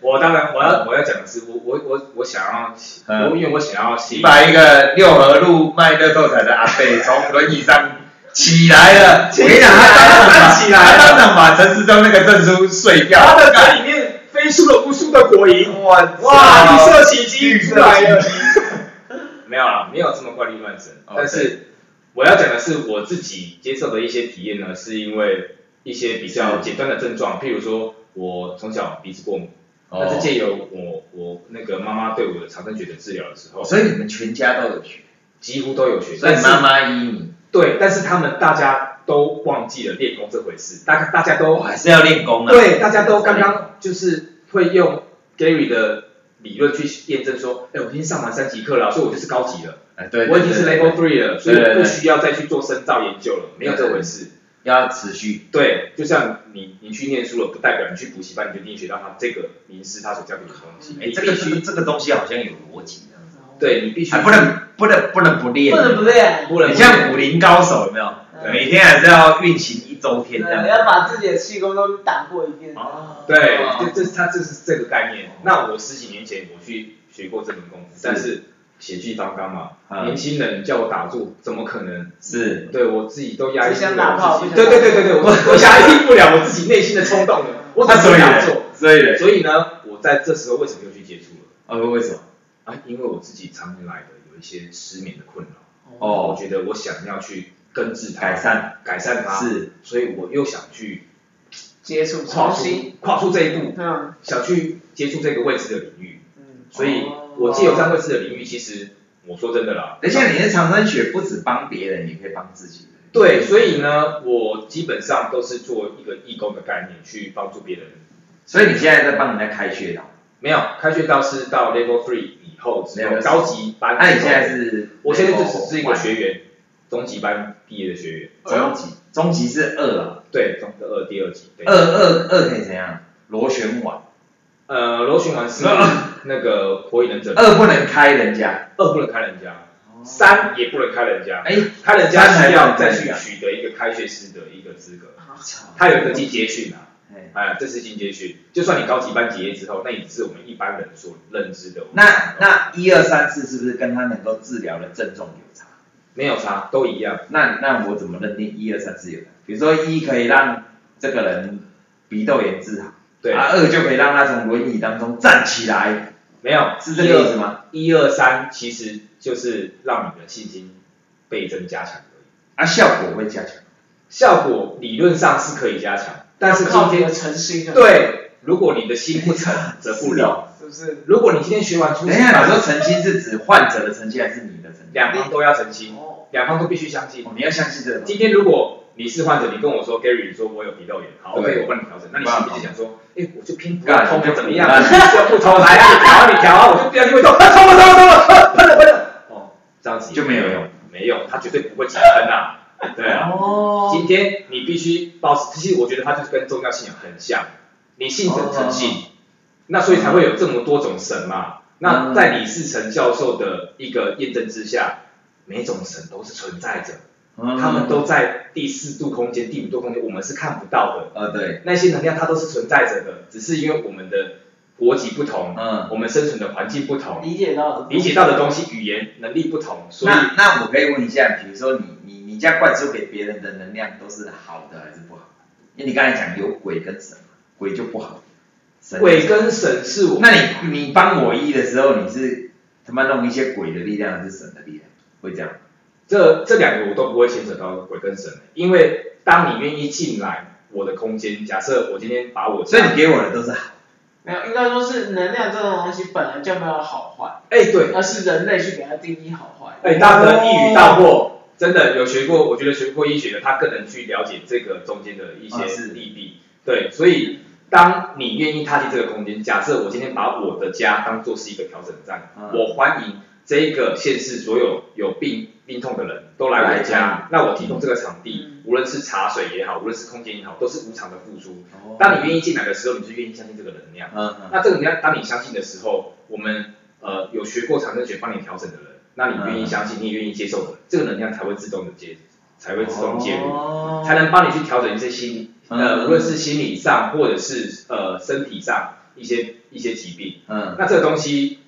[SPEAKER 1] 我当然，我要我要讲的是，我我我我想要，
[SPEAKER 3] 嗯
[SPEAKER 1] 我因为我想要吸
[SPEAKER 3] 你
[SPEAKER 1] 引
[SPEAKER 3] 把一个六合路卖乐透彩的阿贝从轮椅上起来了，我跟你讲，他当场把
[SPEAKER 1] 起来了
[SPEAKER 3] 他当场把陈世忠那个证书碎掉。
[SPEAKER 1] 他的嘴里面飞出了无数的果蝇，
[SPEAKER 3] 哇
[SPEAKER 1] 哇，绿色奇迹出来
[SPEAKER 3] 绿色
[SPEAKER 1] 了。没有啦，没有这么怪力乱神。
[SPEAKER 3] 哦
[SPEAKER 1] 但是我要讲的是，我自己接受的一些体验呢，是因为一些比较简单的症状，譬如说我从小鼻子过敏，
[SPEAKER 3] 哦
[SPEAKER 1] 但是借由我我那个妈妈对我的长生学的治疗的时候，
[SPEAKER 3] 所以你们全家都有学，
[SPEAKER 1] 几乎都有学，
[SPEAKER 3] 所
[SPEAKER 1] 但
[SPEAKER 3] 以
[SPEAKER 1] 是
[SPEAKER 3] 妈妈依你，
[SPEAKER 1] 对，但是他们大家都忘记了练功这回事，大大家
[SPEAKER 3] 我
[SPEAKER 1] 都
[SPEAKER 3] 还是要练功啊。
[SPEAKER 1] 对，大家都刚刚就是会用 Gary 的理论去验证说，哎，我已经上完三级课了，所以我就是高级了，
[SPEAKER 3] 哎，对，
[SPEAKER 1] 我已经是
[SPEAKER 3] 对
[SPEAKER 1] Level
[SPEAKER 3] 对
[SPEAKER 1] Three 了，所以我不需要再去做深造研究了，没有这回事。
[SPEAKER 3] 要持续，
[SPEAKER 1] 对，就像你你去念书了，不代表你去补习班你就一定学到他这个名师他所教给你的东西，
[SPEAKER 3] 哎
[SPEAKER 1] 你，
[SPEAKER 3] 这个
[SPEAKER 1] 必
[SPEAKER 3] 这个
[SPEAKER 1] 须
[SPEAKER 3] 这个东西好像有逻辑的，
[SPEAKER 1] 对你必须
[SPEAKER 3] 哎还不能不能不能不练
[SPEAKER 2] 不，能不练，
[SPEAKER 1] 不能
[SPEAKER 3] 你像武林高手有没有？
[SPEAKER 2] 对
[SPEAKER 3] 每天还是要运行一周天这样
[SPEAKER 2] 对，。要把自己的气功都打过一遍。
[SPEAKER 3] 哦
[SPEAKER 1] 对
[SPEAKER 3] 哦，
[SPEAKER 1] 这这它这是这个概念。那我十几年前我去学过这门功夫，
[SPEAKER 3] 是
[SPEAKER 1] 但是血气方刚嘛，
[SPEAKER 3] 嗯
[SPEAKER 1] 年轻人叫我打坐，怎么可能？
[SPEAKER 3] 是
[SPEAKER 1] 对我自己都压抑
[SPEAKER 2] 只
[SPEAKER 1] 不
[SPEAKER 2] 想
[SPEAKER 1] 了
[SPEAKER 2] 打炮
[SPEAKER 1] 我自己，
[SPEAKER 2] 不
[SPEAKER 1] 对
[SPEAKER 2] 想
[SPEAKER 1] 对对对对，我我压抑不了我自己内心的冲动了，我怎么
[SPEAKER 3] 那所
[SPEAKER 1] 会
[SPEAKER 3] 以
[SPEAKER 1] 打
[SPEAKER 3] 呢
[SPEAKER 1] 坐？？
[SPEAKER 3] 所以呢？
[SPEAKER 1] 所以呢，我在这时候为什么又去接触了？
[SPEAKER 3] 呃，为什么？
[SPEAKER 1] 啊，因为我自己常年来的有一些失眠的困扰，我
[SPEAKER 3] 哦，
[SPEAKER 1] 觉得我想要去根治它，
[SPEAKER 3] 改善
[SPEAKER 1] 改善它，
[SPEAKER 3] 是，
[SPEAKER 1] 所以我又想去
[SPEAKER 2] 接触
[SPEAKER 1] 跨
[SPEAKER 2] 重
[SPEAKER 1] 出
[SPEAKER 2] 新，
[SPEAKER 1] 跨出这一步，
[SPEAKER 2] 嗯
[SPEAKER 1] 想去接触这个未知的领域。
[SPEAKER 2] 嗯，
[SPEAKER 1] 所以我借由占位置的领域，其实我说真的啦，
[SPEAKER 3] 而且你的长生学不止帮别人，也可以帮自己。
[SPEAKER 1] 对，所以呢，我基本上都是做一个义工的概念去帮助别人。
[SPEAKER 3] 所以你现在在帮人家开穴道，
[SPEAKER 1] 没有开穴道是到 level three 以后，只有
[SPEAKER 3] Level
[SPEAKER 1] 高级班。
[SPEAKER 3] 那你现在？是？
[SPEAKER 1] 我现在就只是一个学员，中级班毕业的学员，
[SPEAKER 3] 中级，中级是二啊，
[SPEAKER 1] 对，中的二第二级。对
[SPEAKER 3] 二，二二可以怎样？螺旋丸，
[SPEAKER 1] 呃，螺旋丸是那个火影忍者，
[SPEAKER 3] 二不能开人家，
[SPEAKER 1] 二不能开人家，三也不能开人家，
[SPEAKER 3] 哎，
[SPEAKER 1] 开人家
[SPEAKER 3] 三
[SPEAKER 1] 是
[SPEAKER 3] 才不能
[SPEAKER 1] 要
[SPEAKER 3] 开
[SPEAKER 1] 再
[SPEAKER 3] 人啊
[SPEAKER 1] 去
[SPEAKER 3] 家
[SPEAKER 1] 取得一个开学师的一个资格，
[SPEAKER 3] 操
[SPEAKER 1] 它有一个进阶训啊。
[SPEAKER 3] 哎
[SPEAKER 1] 哎，这是进阶训，就算你高级班结业之后，那也是我们一般人所认知的。
[SPEAKER 3] 那那一二三四是不是跟他能够治疗的症状有差？
[SPEAKER 1] 没有差，都一样。
[SPEAKER 3] 那那我怎么认定一二三四有差？比如说一可以让这个人鼻窦炎治好，
[SPEAKER 1] 对，
[SPEAKER 3] 啊二就可以让他从轮椅当中站起来，
[SPEAKER 1] 没有
[SPEAKER 3] 是这个意思吗？
[SPEAKER 1] 一二三其实就是让你的信心倍增加强而已。
[SPEAKER 3] 啊效果会加强。
[SPEAKER 1] 效果理论上是可以加强，但是今
[SPEAKER 2] 靠你的
[SPEAKER 1] 天
[SPEAKER 2] 诚心啊，，
[SPEAKER 1] 对，如果你的心不诚则不
[SPEAKER 3] (laughs) 是
[SPEAKER 1] 灵。
[SPEAKER 3] 哦
[SPEAKER 2] 是不是？
[SPEAKER 1] 如果你今天学完初
[SPEAKER 3] 等
[SPEAKER 1] 级
[SPEAKER 3] 一下，
[SPEAKER 1] 班，
[SPEAKER 3] 哎你说澄清是指患者的澄清还是你的澄清？
[SPEAKER 1] 两方都要澄清，
[SPEAKER 2] 哦，
[SPEAKER 1] 两方都必须相信
[SPEAKER 3] 哦。你要相信这个东西。
[SPEAKER 1] 今天如果你是患者，你跟我说 Gary，你说我有鼻窦炎，好
[SPEAKER 3] 对
[SPEAKER 1] ，OK，我帮你调整。那你心里就想说，哎，我就偏不
[SPEAKER 3] 干
[SPEAKER 1] 通，又怎么样？ (laughs)
[SPEAKER 3] 干
[SPEAKER 1] 就不通，来啊，你调啊，你调啊，我就不要因为痛， (laughs) 啊，痛了，痛了，痛了，啊喷了，喷了。哦，这样子
[SPEAKER 3] 就没有用，
[SPEAKER 1] 没用，他绝对不会起喷呐。对啊，
[SPEAKER 2] 哦，
[SPEAKER 1] 今天你必须保持，其实我觉得它就是跟宗教信仰很像，你信神诚
[SPEAKER 3] 哦
[SPEAKER 1] 信，那所以才会有这么多种神嘛。
[SPEAKER 3] 嗯
[SPEAKER 1] 那在李世成教授的一个验证之下，每种神都是存在着。
[SPEAKER 3] 嗯
[SPEAKER 1] 他们都在第四度空间、第五度空间，我们是看不到的。
[SPEAKER 3] 呃对，
[SPEAKER 1] 那些能量它都是存在着的，只是因为我们的国籍不同，
[SPEAKER 3] 嗯。
[SPEAKER 1] 我们生存的环境不同，
[SPEAKER 2] 理解到了，
[SPEAKER 1] 理解到的东西、语言能力不同，所以
[SPEAKER 3] 那那我可以问一下，比如说你你你这样灌输给别人的能量都是好的还是不好？因为你刚才讲有鬼跟神，鬼就不好，神
[SPEAKER 1] 鬼跟神是我，
[SPEAKER 3] 那你你帮我医的时候，你是他妈弄一些鬼的力量，还是神的力量？会这样？
[SPEAKER 1] 这这两个我都不会牵扯到鬼跟神，因为当你愿意进来我的空间，假设我今天把我，
[SPEAKER 3] 所以你给我的都是好，
[SPEAKER 2] 没有，应该说是能量这种东西本来就没有好坏，
[SPEAKER 1] 哎对，
[SPEAKER 2] 而是人类去给它定义好坏。
[SPEAKER 1] 哎大
[SPEAKER 2] 哦
[SPEAKER 1] 哥一语道破，真的有学过，我觉得学过医学的他更能去了解这个中间的一
[SPEAKER 3] 啊
[SPEAKER 1] 些
[SPEAKER 3] 是
[SPEAKER 1] 利弊，对，所以当你愿意踏进这个空间，假设我今天把我的家当做是一个调整站，
[SPEAKER 3] 嗯
[SPEAKER 1] 我欢迎这个县市所有有病病痛的人都来我的家，那我提供这个场地，
[SPEAKER 2] 嗯
[SPEAKER 1] 无论是茶水也好，无论是空间也好，都是无偿的付出。
[SPEAKER 3] 哦
[SPEAKER 1] 当你愿意进来的时候，你就愿意相信这个能量。
[SPEAKER 3] 嗯嗯，
[SPEAKER 1] 那这个能量，当你相信的时候，我们呃有学过长生学帮你调整的人，那你
[SPEAKER 3] 嗯
[SPEAKER 1] 愿意相信，你也愿意接受的，这个能量才会自动的接，才会自动介入，
[SPEAKER 3] 入
[SPEAKER 1] 才能帮你去调整一些心理，呃，
[SPEAKER 3] 哦嗯
[SPEAKER 1] 无论是心理上或者是呃身体上一些一些疾病。
[SPEAKER 3] 嗯
[SPEAKER 1] 那这个东西，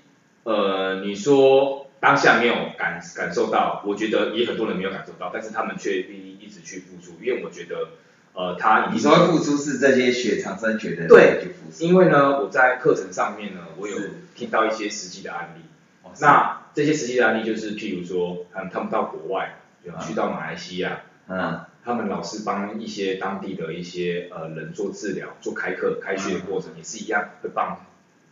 [SPEAKER 1] 呃，你说当下没有感感受到，我觉得也很多人没有感受到，但是他们却愿意一直去付出，因为我觉得，呃，他已
[SPEAKER 3] 你
[SPEAKER 1] 经
[SPEAKER 3] 说付出是这些血长生血的
[SPEAKER 1] 对
[SPEAKER 3] 去付出，
[SPEAKER 1] 因为呢，我在课程上面呢，我有
[SPEAKER 3] 是
[SPEAKER 1] 听到一些实际的案例。
[SPEAKER 3] 哦是
[SPEAKER 1] 那这些实际的案例就是，譬如说，嗯，他们到国外，有
[SPEAKER 3] 啊
[SPEAKER 1] 去到马来西亚，
[SPEAKER 3] 嗯
[SPEAKER 1] 他们老师帮一些当地的一些呃人做治疗、做开课、开学的过
[SPEAKER 3] 嗯
[SPEAKER 1] 程，也是一样会帮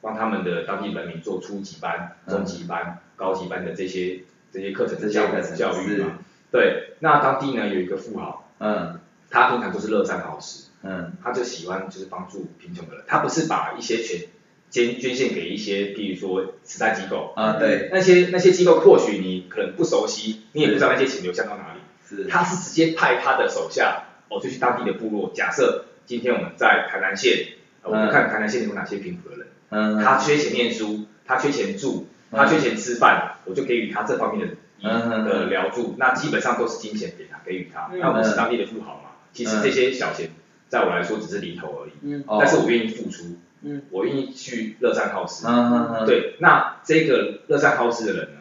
[SPEAKER 1] 帮他们的当地人民做初级班、
[SPEAKER 3] 嗯
[SPEAKER 1] 中级班、高级班的这些这些课程的
[SPEAKER 3] 这些
[SPEAKER 1] 教
[SPEAKER 3] 课程
[SPEAKER 1] 教育
[SPEAKER 3] 是
[SPEAKER 1] 嘛。对，那当地呢有一个富豪，
[SPEAKER 3] 嗯
[SPEAKER 1] 他平常就是乐善好施，
[SPEAKER 3] 嗯
[SPEAKER 1] 他就喜欢就是帮助贫穷的人，他不是把一些钱捐捐献给一些，譬如说慈善机构，
[SPEAKER 3] 啊对
[SPEAKER 1] 那些那些机构或许你可能不熟悉，你也不知道那些钱流向到哪里。
[SPEAKER 3] 是
[SPEAKER 1] 他是直接派他的手下，哦，就去当地的部落。假设今天我们在台南县，呃我们
[SPEAKER 3] 嗯
[SPEAKER 1] 看台南县有哪些贫苦的人，
[SPEAKER 3] 嗯
[SPEAKER 1] 他缺钱念书，他缺钱住，
[SPEAKER 3] 嗯
[SPEAKER 1] 他缺钱吃饭，我就给予他这方面的
[SPEAKER 3] 嗯嗯嗯
[SPEAKER 1] 的疗助。那基本上都是金钱给他给予他。
[SPEAKER 2] 嗯
[SPEAKER 1] 那我是当地的富豪嘛，
[SPEAKER 3] 嗯
[SPEAKER 1] 其实这些小钱在我来说只是零头而已，
[SPEAKER 2] 嗯
[SPEAKER 3] 哦
[SPEAKER 1] 但是我愿意付出，
[SPEAKER 2] 嗯
[SPEAKER 1] 我愿意去乐善好施。
[SPEAKER 3] 嗯嗯嗯
[SPEAKER 1] 对，那这个乐善好施的人呢，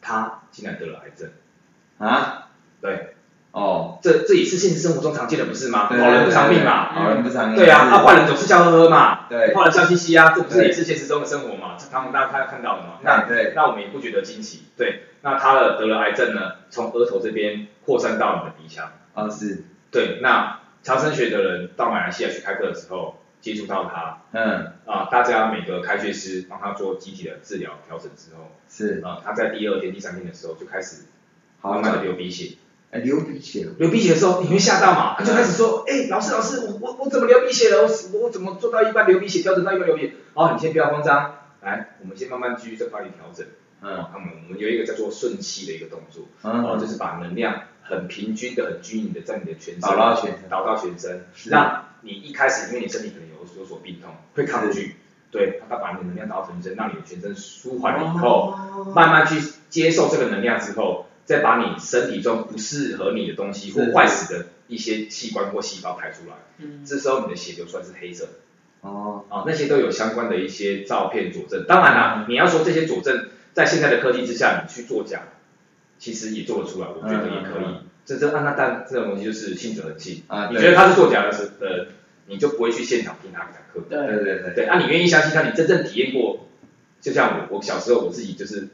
[SPEAKER 1] 他竟然得了癌症，
[SPEAKER 3] 啊
[SPEAKER 1] 对。
[SPEAKER 3] 哦
[SPEAKER 1] 这这也是现实生活中常见的，不是吗？
[SPEAKER 3] 对对
[SPEAKER 1] 老人不长命
[SPEAKER 3] 对
[SPEAKER 1] 嘛，
[SPEAKER 3] 好人不长命
[SPEAKER 1] 对啊，那
[SPEAKER 3] 是
[SPEAKER 1] 坏人总是笑呵呵嘛，
[SPEAKER 3] 对
[SPEAKER 1] 坏人笑嘻嘻啊，这不是
[SPEAKER 3] 对
[SPEAKER 1] 也是现实中的生活嘛？这他们大家看看到的嘛，
[SPEAKER 3] 那
[SPEAKER 1] 那
[SPEAKER 3] 对
[SPEAKER 1] 那我们也不觉得惊奇，对，那他的得了癌症呢，从额头这边扩散到你的鼻腔，
[SPEAKER 3] 哦是
[SPEAKER 1] 对，那长生学的人到马来西亚去开课的时候接触到他
[SPEAKER 3] 嗯
[SPEAKER 1] 啊、大家每个开学师帮他做集体的治疗调整之后，
[SPEAKER 3] 是
[SPEAKER 1] 啊、他在第二天、第三天的时候就开始
[SPEAKER 3] 好
[SPEAKER 1] 慢慢的流鼻血，
[SPEAKER 3] 哎流鼻血
[SPEAKER 1] 流鼻血的时候，你会吓到嘛？他就开始说，哎、老师老师，我我我怎么流鼻血了？我我怎么做到一半流鼻血，调整到一半流鼻血？好，你先不要慌张，来，我们先慢慢继续再帮你调整。
[SPEAKER 3] 嗯
[SPEAKER 1] 好，那我们我们有一个叫做顺气的一个动作，哦，就
[SPEAKER 3] 嗯
[SPEAKER 1] 是把能量很平均的、很均匀的在你的全身
[SPEAKER 3] 导到全身
[SPEAKER 1] 导到全身。
[SPEAKER 3] 是
[SPEAKER 1] 那你一开始因为你身体可能有有所病痛，会抗拒，对，他把你的能量导到全身，让你的全身舒缓了以后，
[SPEAKER 3] 哦
[SPEAKER 1] 慢慢去接受这个能量之后，再把你身体中不适合你的东西或
[SPEAKER 3] 是
[SPEAKER 1] 坏死的一些器官或细胞排出来，
[SPEAKER 2] 嗯
[SPEAKER 1] 这时候你的血流出来是黑色的。
[SPEAKER 3] 哦
[SPEAKER 1] 啊，那些都有相关的一些照片佐证。当然啦、
[SPEAKER 3] 嗯
[SPEAKER 1] 你要说这些佐证在现在的科技之下，你去作假，其实也做得出来，我觉得也可以。
[SPEAKER 3] 嗯嗯
[SPEAKER 1] 这这那那但这种东西就是信者恒信
[SPEAKER 3] 啊
[SPEAKER 1] 你
[SPEAKER 3] 对
[SPEAKER 1] 觉得他是作假的时呃，你就不会去现场听他讲课。
[SPEAKER 3] 对
[SPEAKER 2] 对，
[SPEAKER 3] 对对
[SPEAKER 1] 对，啊，你愿意相信他，你真正体验过，就像我，我小时候我自己就是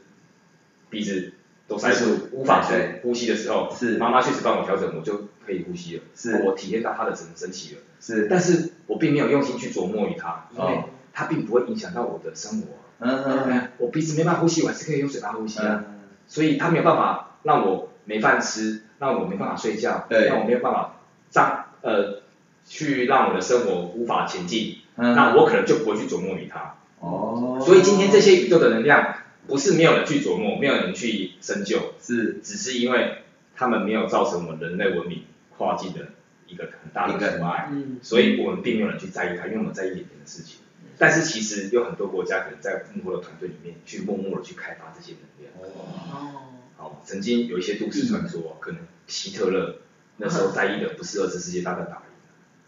[SPEAKER 1] 鼻子都塞
[SPEAKER 3] 是
[SPEAKER 1] 住，无法
[SPEAKER 3] 对
[SPEAKER 1] 呼吸的时候，
[SPEAKER 3] 是
[SPEAKER 1] 妈妈确实帮我调整，我就可以呼吸了，哦
[SPEAKER 3] 是
[SPEAKER 1] 我体验到他的神神奇了。
[SPEAKER 3] 是
[SPEAKER 1] 但是我并没有用心去琢磨于它，因为
[SPEAKER 3] 哦
[SPEAKER 1] 它并不会影响到我的生活啊。
[SPEAKER 3] 嗯嗯
[SPEAKER 1] 哎我鼻子没办法呼吸，我还是可以用嘴巴呼吸啊，
[SPEAKER 3] 嗯
[SPEAKER 1] 所以它没有办法让我没饭吃，让我没办法睡觉，
[SPEAKER 3] 对
[SPEAKER 1] 让我没有办法让呃去让我的生活无法前进，
[SPEAKER 3] 嗯
[SPEAKER 1] 那我可能就不会去琢磨于它。
[SPEAKER 3] 哦
[SPEAKER 1] 所以今天这些宇宙的能量，不是没有人去琢磨，没有人去深究，
[SPEAKER 3] 是
[SPEAKER 1] 只是因为他们没有造成我们人类文明跨境的一个很大的
[SPEAKER 3] 一个
[SPEAKER 1] 阻碍。
[SPEAKER 2] 嗯
[SPEAKER 1] 所以我们并没有人去在意它，因为我们在意眼前的事情。但是其实有很多国家可能在幕后的团队里面去默默的去开发这些能量。
[SPEAKER 2] 哦，
[SPEAKER 1] 好，曾经有一些都市传说，可能希特勒那时候在意的不是二次世界大战打赢，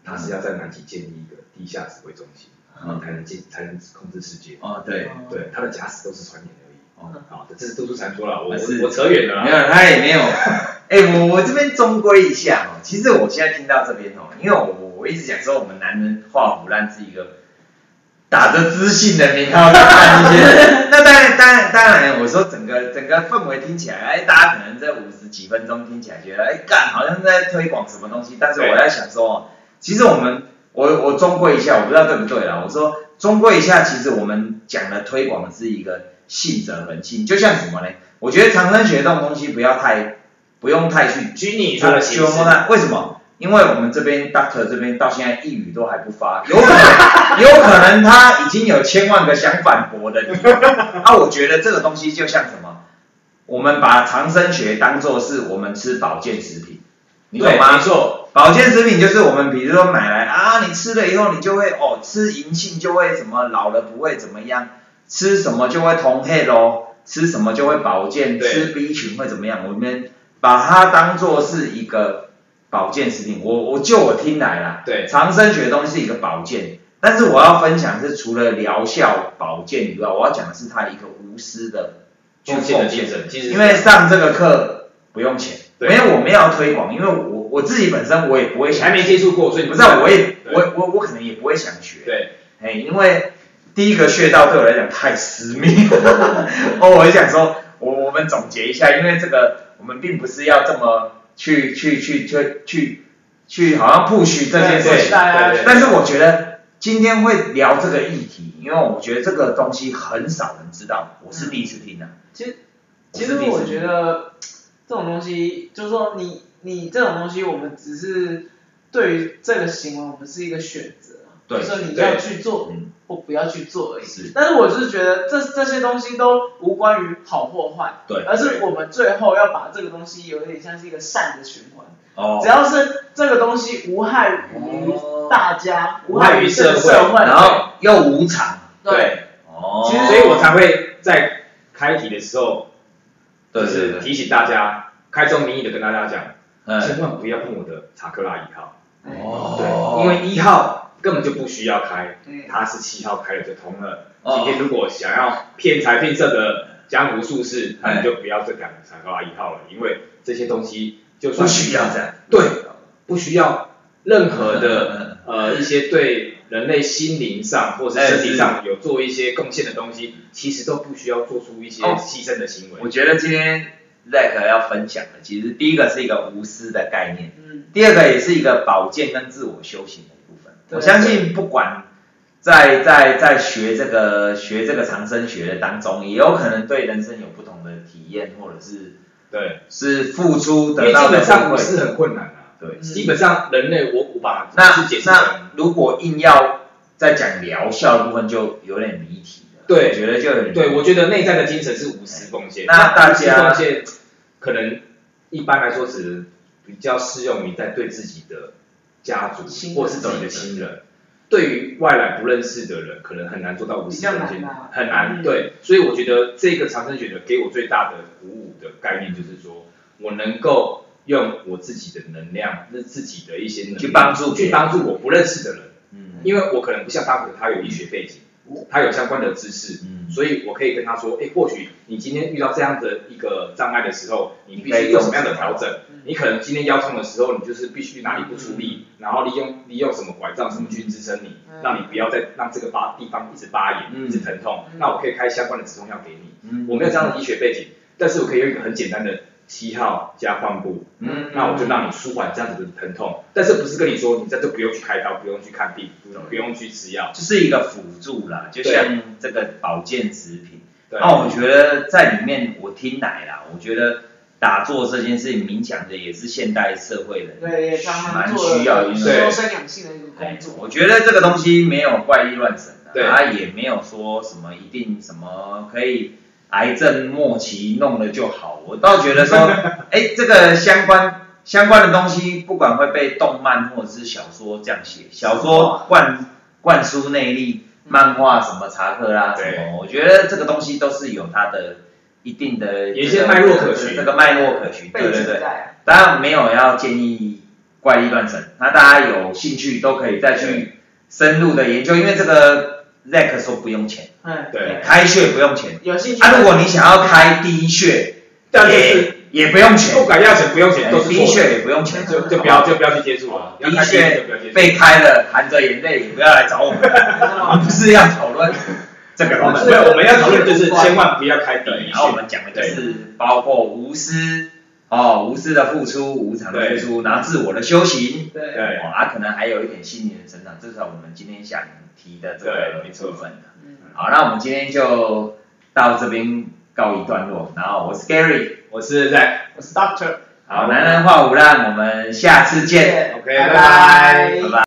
[SPEAKER 1] 他是要在南极建立一个地下指挥中心，
[SPEAKER 3] 嗯
[SPEAKER 1] 才能建才能控制世界。
[SPEAKER 3] 哦对
[SPEAKER 2] 哦
[SPEAKER 1] 对，他的假死都是传言而已。
[SPEAKER 3] 哦
[SPEAKER 1] 好，这是都市传说了，我
[SPEAKER 3] 还是
[SPEAKER 1] 我我扯远了
[SPEAKER 3] 没
[SPEAKER 1] 啦。
[SPEAKER 3] 有，他也没有。哎、我我这边中规一下哦。其实我现在听到这边哦，因为我我我一直讲说我们男人画腐烂是一个打着知性的名号去看一些，那当然当然当然，我说整个整个氛围听起来，哎，大家可能在五十几分钟听起来觉得，哎干，好像在推广什么东西，但是我在想说哦，其实我们我我中规一下，我不知道对不对啦，我说中规一下，其实我们讲的推广是一个信者恒信，就像什么呢？我觉得长生学这种东西不要太不用太去
[SPEAKER 1] 拘泥它的形
[SPEAKER 3] 修
[SPEAKER 1] 式
[SPEAKER 3] 莫，那为什么？因为我们这边 Doctor 这边到现在一语都还不发，有可能有可能他已经有千万个想反驳的理由。啊，我觉得这个东西就像什么，我们把长生学当做是我们吃保健食品，你懂
[SPEAKER 1] 对
[SPEAKER 3] 吗？
[SPEAKER 1] 没错，
[SPEAKER 3] 保健食品就是我们比如说买来啊，你吃了以后你就会哦，吃银杏就会什么老了不会怎么样，吃什么就会同黑咯，吃什么就会保健，
[SPEAKER 1] 对
[SPEAKER 3] 吃 B 群会怎么样？我们把它当做是一个保健食品。我我就我听来啦，
[SPEAKER 1] 对
[SPEAKER 3] 长生学的东西是一个保健，但是我要分享是除了疗效保健以外，我要讲的是它一个无私的去
[SPEAKER 1] 奉献的精神，其实
[SPEAKER 3] 因为上这个课不用钱，
[SPEAKER 1] 对
[SPEAKER 3] 没有我们要推广，因为我我自己本身我也不会
[SPEAKER 1] 你
[SPEAKER 3] 想
[SPEAKER 1] 还没接触过，所以你
[SPEAKER 3] 不知道我也
[SPEAKER 1] 对
[SPEAKER 3] 我我我可能也不会想学，
[SPEAKER 1] 对
[SPEAKER 3] 哎，因为第一个穴道对我来讲太私密， (laughs) 哦，我就想说，我我们总结一下，因为这个我们并不是要这么去去去去去去好像 push 这件事
[SPEAKER 1] 对
[SPEAKER 3] 情，
[SPEAKER 2] 大
[SPEAKER 1] 对
[SPEAKER 2] 家
[SPEAKER 1] 对
[SPEAKER 3] 但是我觉得今天会聊这个议题，因为我觉得这个东西很少人知道，我是第一次听的、啊
[SPEAKER 2] 其实其实我觉得这种东西，就是说你你这种东西，我们只是对于这个行为，我们是一个选择，
[SPEAKER 3] 对
[SPEAKER 2] 就是你
[SPEAKER 1] 对
[SPEAKER 2] 要去做
[SPEAKER 3] 嗯
[SPEAKER 2] 或不要去做而已。
[SPEAKER 3] 是
[SPEAKER 2] 但是我是觉得这这些东西都无关于好或坏，
[SPEAKER 3] 对
[SPEAKER 2] 而是我们最后要把这个东西有点像是一个善的循环，
[SPEAKER 3] 哦
[SPEAKER 2] 只要是这个东西无害于
[SPEAKER 3] 哦
[SPEAKER 2] 大家，
[SPEAKER 1] 无
[SPEAKER 2] 无
[SPEAKER 1] 害
[SPEAKER 2] 害
[SPEAKER 1] 于
[SPEAKER 2] 于这个
[SPEAKER 1] 社
[SPEAKER 2] 社
[SPEAKER 1] 会
[SPEAKER 2] 会，
[SPEAKER 3] 然后又无偿，
[SPEAKER 2] 对，
[SPEAKER 3] 哦
[SPEAKER 2] 其实
[SPEAKER 1] 所以我才会在开题的时候，
[SPEAKER 3] 对
[SPEAKER 1] 就
[SPEAKER 3] 对
[SPEAKER 1] 是
[SPEAKER 3] 对，
[SPEAKER 1] 提醒大家，开宗明义的跟大家讲，
[SPEAKER 3] 嗯，
[SPEAKER 1] 千万不要碰我的查克拉一号，
[SPEAKER 2] 哎
[SPEAKER 3] 哦
[SPEAKER 1] 对，因为一号根本就不需要开，
[SPEAKER 2] 嗯，
[SPEAKER 1] 他是七号开了就通了。
[SPEAKER 3] 哦
[SPEAKER 1] 今天如果想要骗财骗色的江湖术士，那
[SPEAKER 3] 哎
[SPEAKER 1] 你就不要再讲查克拉一号了，因为这些东西就
[SPEAKER 3] 不
[SPEAKER 1] 算
[SPEAKER 3] 需要这样，
[SPEAKER 1] 对，不需要任何的
[SPEAKER 3] 的，
[SPEAKER 1] 呃一些对人类心灵上或是身体上有做一些贡献的东西，其实都不需要做出一些
[SPEAKER 3] 哦
[SPEAKER 1] 牺牲的行为。
[SPEAKER 3] 我觉得今天 Zack 要分享的，其实第一个是一个无私的概念，
[SPEAKER 2] 嗯，
[SPEAKER 3] 第二个也是一个保健跟自我修行的一部分。
[SPEAKER 2] 对
[SPEAKER 3] 我相信不管在在在学这个学这个长生学的当中，也有可能对人生有不同的体验，或者是
[SPEAKER 1] 对，
[SPEAKER 3] 是付出
[SPEAKER 1] 因
[SPEAKER 3] 得
[SPEAKER 1] 为
[SPEAKER 3] 到
[SPEAKER 1] 基
[SPEAKER 3] 的
[SPEAKER 1] 本上不
[SPEAKER 3] 回馈。
[SPEAKER 1] 是很困难啊。
[SPEAKER 3] 对，
[SPEAKER 1] 基本上人类我我把
[SPEAKER 3] 那
[SPEAKER 1] 是解释成
[SPEAKER 3] 那如果硬要再讲疗效的部分，就有点离题了。
[SPEAKER 1] 对
[SPEAKER 3] 我觉得就有点离题
[SPEAKER 1] 对，我觉得内在的精神是无私奉献。
[SPEAKER 3] 那大
[SPEAKER 1] 无私
[SPEAKER 3] 家
[SPEAKER 1] 奉献可能一般来说只比较适用于在对自己的家族
[SPEAKER 2] 亲人
[SPEAKER 1] 或是自己的亲人，对于外来不认识的人，可能很难做到无私奉
[SPEAKER 2] 比较
[SPEAKER 1] 献
[SPEAKER 2] 难啊，
[SPEAKER 1] 很难。
[SPEAKER 2] 嗯
[SPEAKER 1] 对，所以我觉得这个长生学的给我最大的鼓舞的概念就是说，我能够用我自己的能量，是自己的一些能力
[SPEAKER 3] 去帮助别
[SPEAKER 1] 去
[SPEAKER 3] 人
[SPEAKER 1] 帮助我不认识的人。
[SPEAKER 3] 嗯
[SPEAKER 1] 因为我可能不像大可，他有医学背景，他有相关的知识，
[SPEAKER 3] 嗯
[SPEAKER 1] 所以我可以跟他说，哎，或许你今天遇到这样的一个障碍的时候，你必
[SPEAKER 3] 你可以
[SPEAKER 1] 须
[SPEAKER 3] 用
[SPEAKER 1] 做什么样的调整
[SPEAKER 2] 嗯？
[SPEAKER 1] 你可能今天腰痛的时候，你就是必须哪里不出力，然后利用利用什么拐杖什么去支撑你，
[SPEAKER 2] 嗯
[SPEAKER 1] 让你不要再让这个疤地方一直发炎，
[SPEAKER 3] 嗯
[SPEAKER 1] 一直疼痛。
[SPEAKER 2] 嗯
[SPEAKER 1] 那我可以开相关的止痛药给你。
[SPEAKER 3] 嗯
[SPEAKER 1] 我没有这样的医学背景，但是我可以用一个很简单的七号加患部，
[SPEAKER 3] 嗯
[SPEAKER 1] 那我就让你舒缓这样子的疼痛，但是不是跟你说你这就不用去开刀，不用去看病，不用不用去吃药，
[SPEAKER 3] 就是一个辅助啦，就
[SPEAKER 1] 对
[SPEAKER 3] 像这个保健食品。
[SPEAKER 1] 对，
[SPEAKER 3] 那我觉得在里面我听来啦，我觉得打坐这件事情冥想的也是现代社会人
[SPEAKER 2] 对，也常常
[SPEAKER 3] 蛮
[SPEAKER 2] 做了
[SPEAKER 3] 需要的一
[SPEAKER 1] 对
[SPEAKER 3] 个
[SPEAKER 2] 修身养性的一个工作。
[SPEAKER 3] 我觉得这个东西没有怪力乱神的、
[SPEAKER 1] 对
[SPEAKER 3] 啊，它也没有说什么一定什么可以癌症末期弄了就好。我倒觉得说，
[SPEAKER 1] (laughs)
[SPEAKER 3] 哎，这个相关相关的东西，不管会被动漫或者是小说这样写，小说灌灌输内力，漫画什么查克拉什么，我觉得这个东西都是有它的一定的
[SPEAKER 1] 有一些脉络可循
[SPEAKER 3] 这个脉络可循，对
[SPEAKER 2] 背
[SPEAKER 3] 对
[SPEAKER 2] 景
[SPEAKER 3] 对。
[SPEAKER 2] 在啊，
[SPEAKER 3] 当然没有要建议怪力乱神，那大家有兴趣都可以再去深入的研究，因为这个 Zack 说不用钱，
[SPEAKER 2] 嗯，
[SPEAKER 1] 对
[SPEAKER 3] 啊开穴不用钱。
[SPEAKER 2] 有兴趣。
[SPEAKER 3] 啊，如果你想要开第一穴，
[SPEAKER 1] 但是
[SPEAKER 3] 也
[SPEAKER 1] 是
[SPEAKER 3] 也不用
[SPEAKER 1] 购
[SPEAKER 3] 钱，
[SPEAKER 1] 改要钱不用钱都是
[SPEAKER 3] 哎的
[SPEAKER 1] 错
[SPEAKER 3] 确也不用钱，
[SPEAKER 1] 就就不要就不要去接触了，要
[SPEAKER 3] 的
[SPEAKER 1] 开店就
[SPEAKER 3] 确
[SPEAKER 1] 不要接触。
[SPEAKER 3] 被开了，含着眼泪也不要来找我
[SPEAKER 1] (laughs)
[SPEAKER 3] 们，我们不是要讨论这个
[SPEAKER 1] 我
[SPEAKER 3] 问
[SPEAKER 1] 们
[SPEAKER 3] 题
[SPEAKER 1] 没有，我们要讨论就是千万不要开第
[SPEAKER 3] 对，
[SPEAKER 1] 一
[SPEAKER 3] 然后我
[SPEAKER 1] 性，
[SPEAKER 3] 们讲的就是包括无私哦，无私的付出，无偿的付出，然后自我的修行，
[SPEAKER 2] 对，
[SPEAKER 1] 对
[SPEAKER 3] 哦，啊，可能还有一点心灵的成长，这是我们今天想提的这个
[SPEAKER 1] 对没错
[SPEAKER 3] 部分的。
[SPEAKER 2] 嗯
[SPEAKER 3] 好，那我们今天就到这边告一段落，然后我是 Gary，
[SPEAKER 1] 我是在
[SPEAKER 2] 我是 Doctor，
[SPEAKER 3] 好，男人话无烂，我们下次见，
[SPEAKER 1] OK，
[SPEAKER 2] 拜
[SPEAKER 1] 拜拜。
[SPEAKER 3] 拜拜。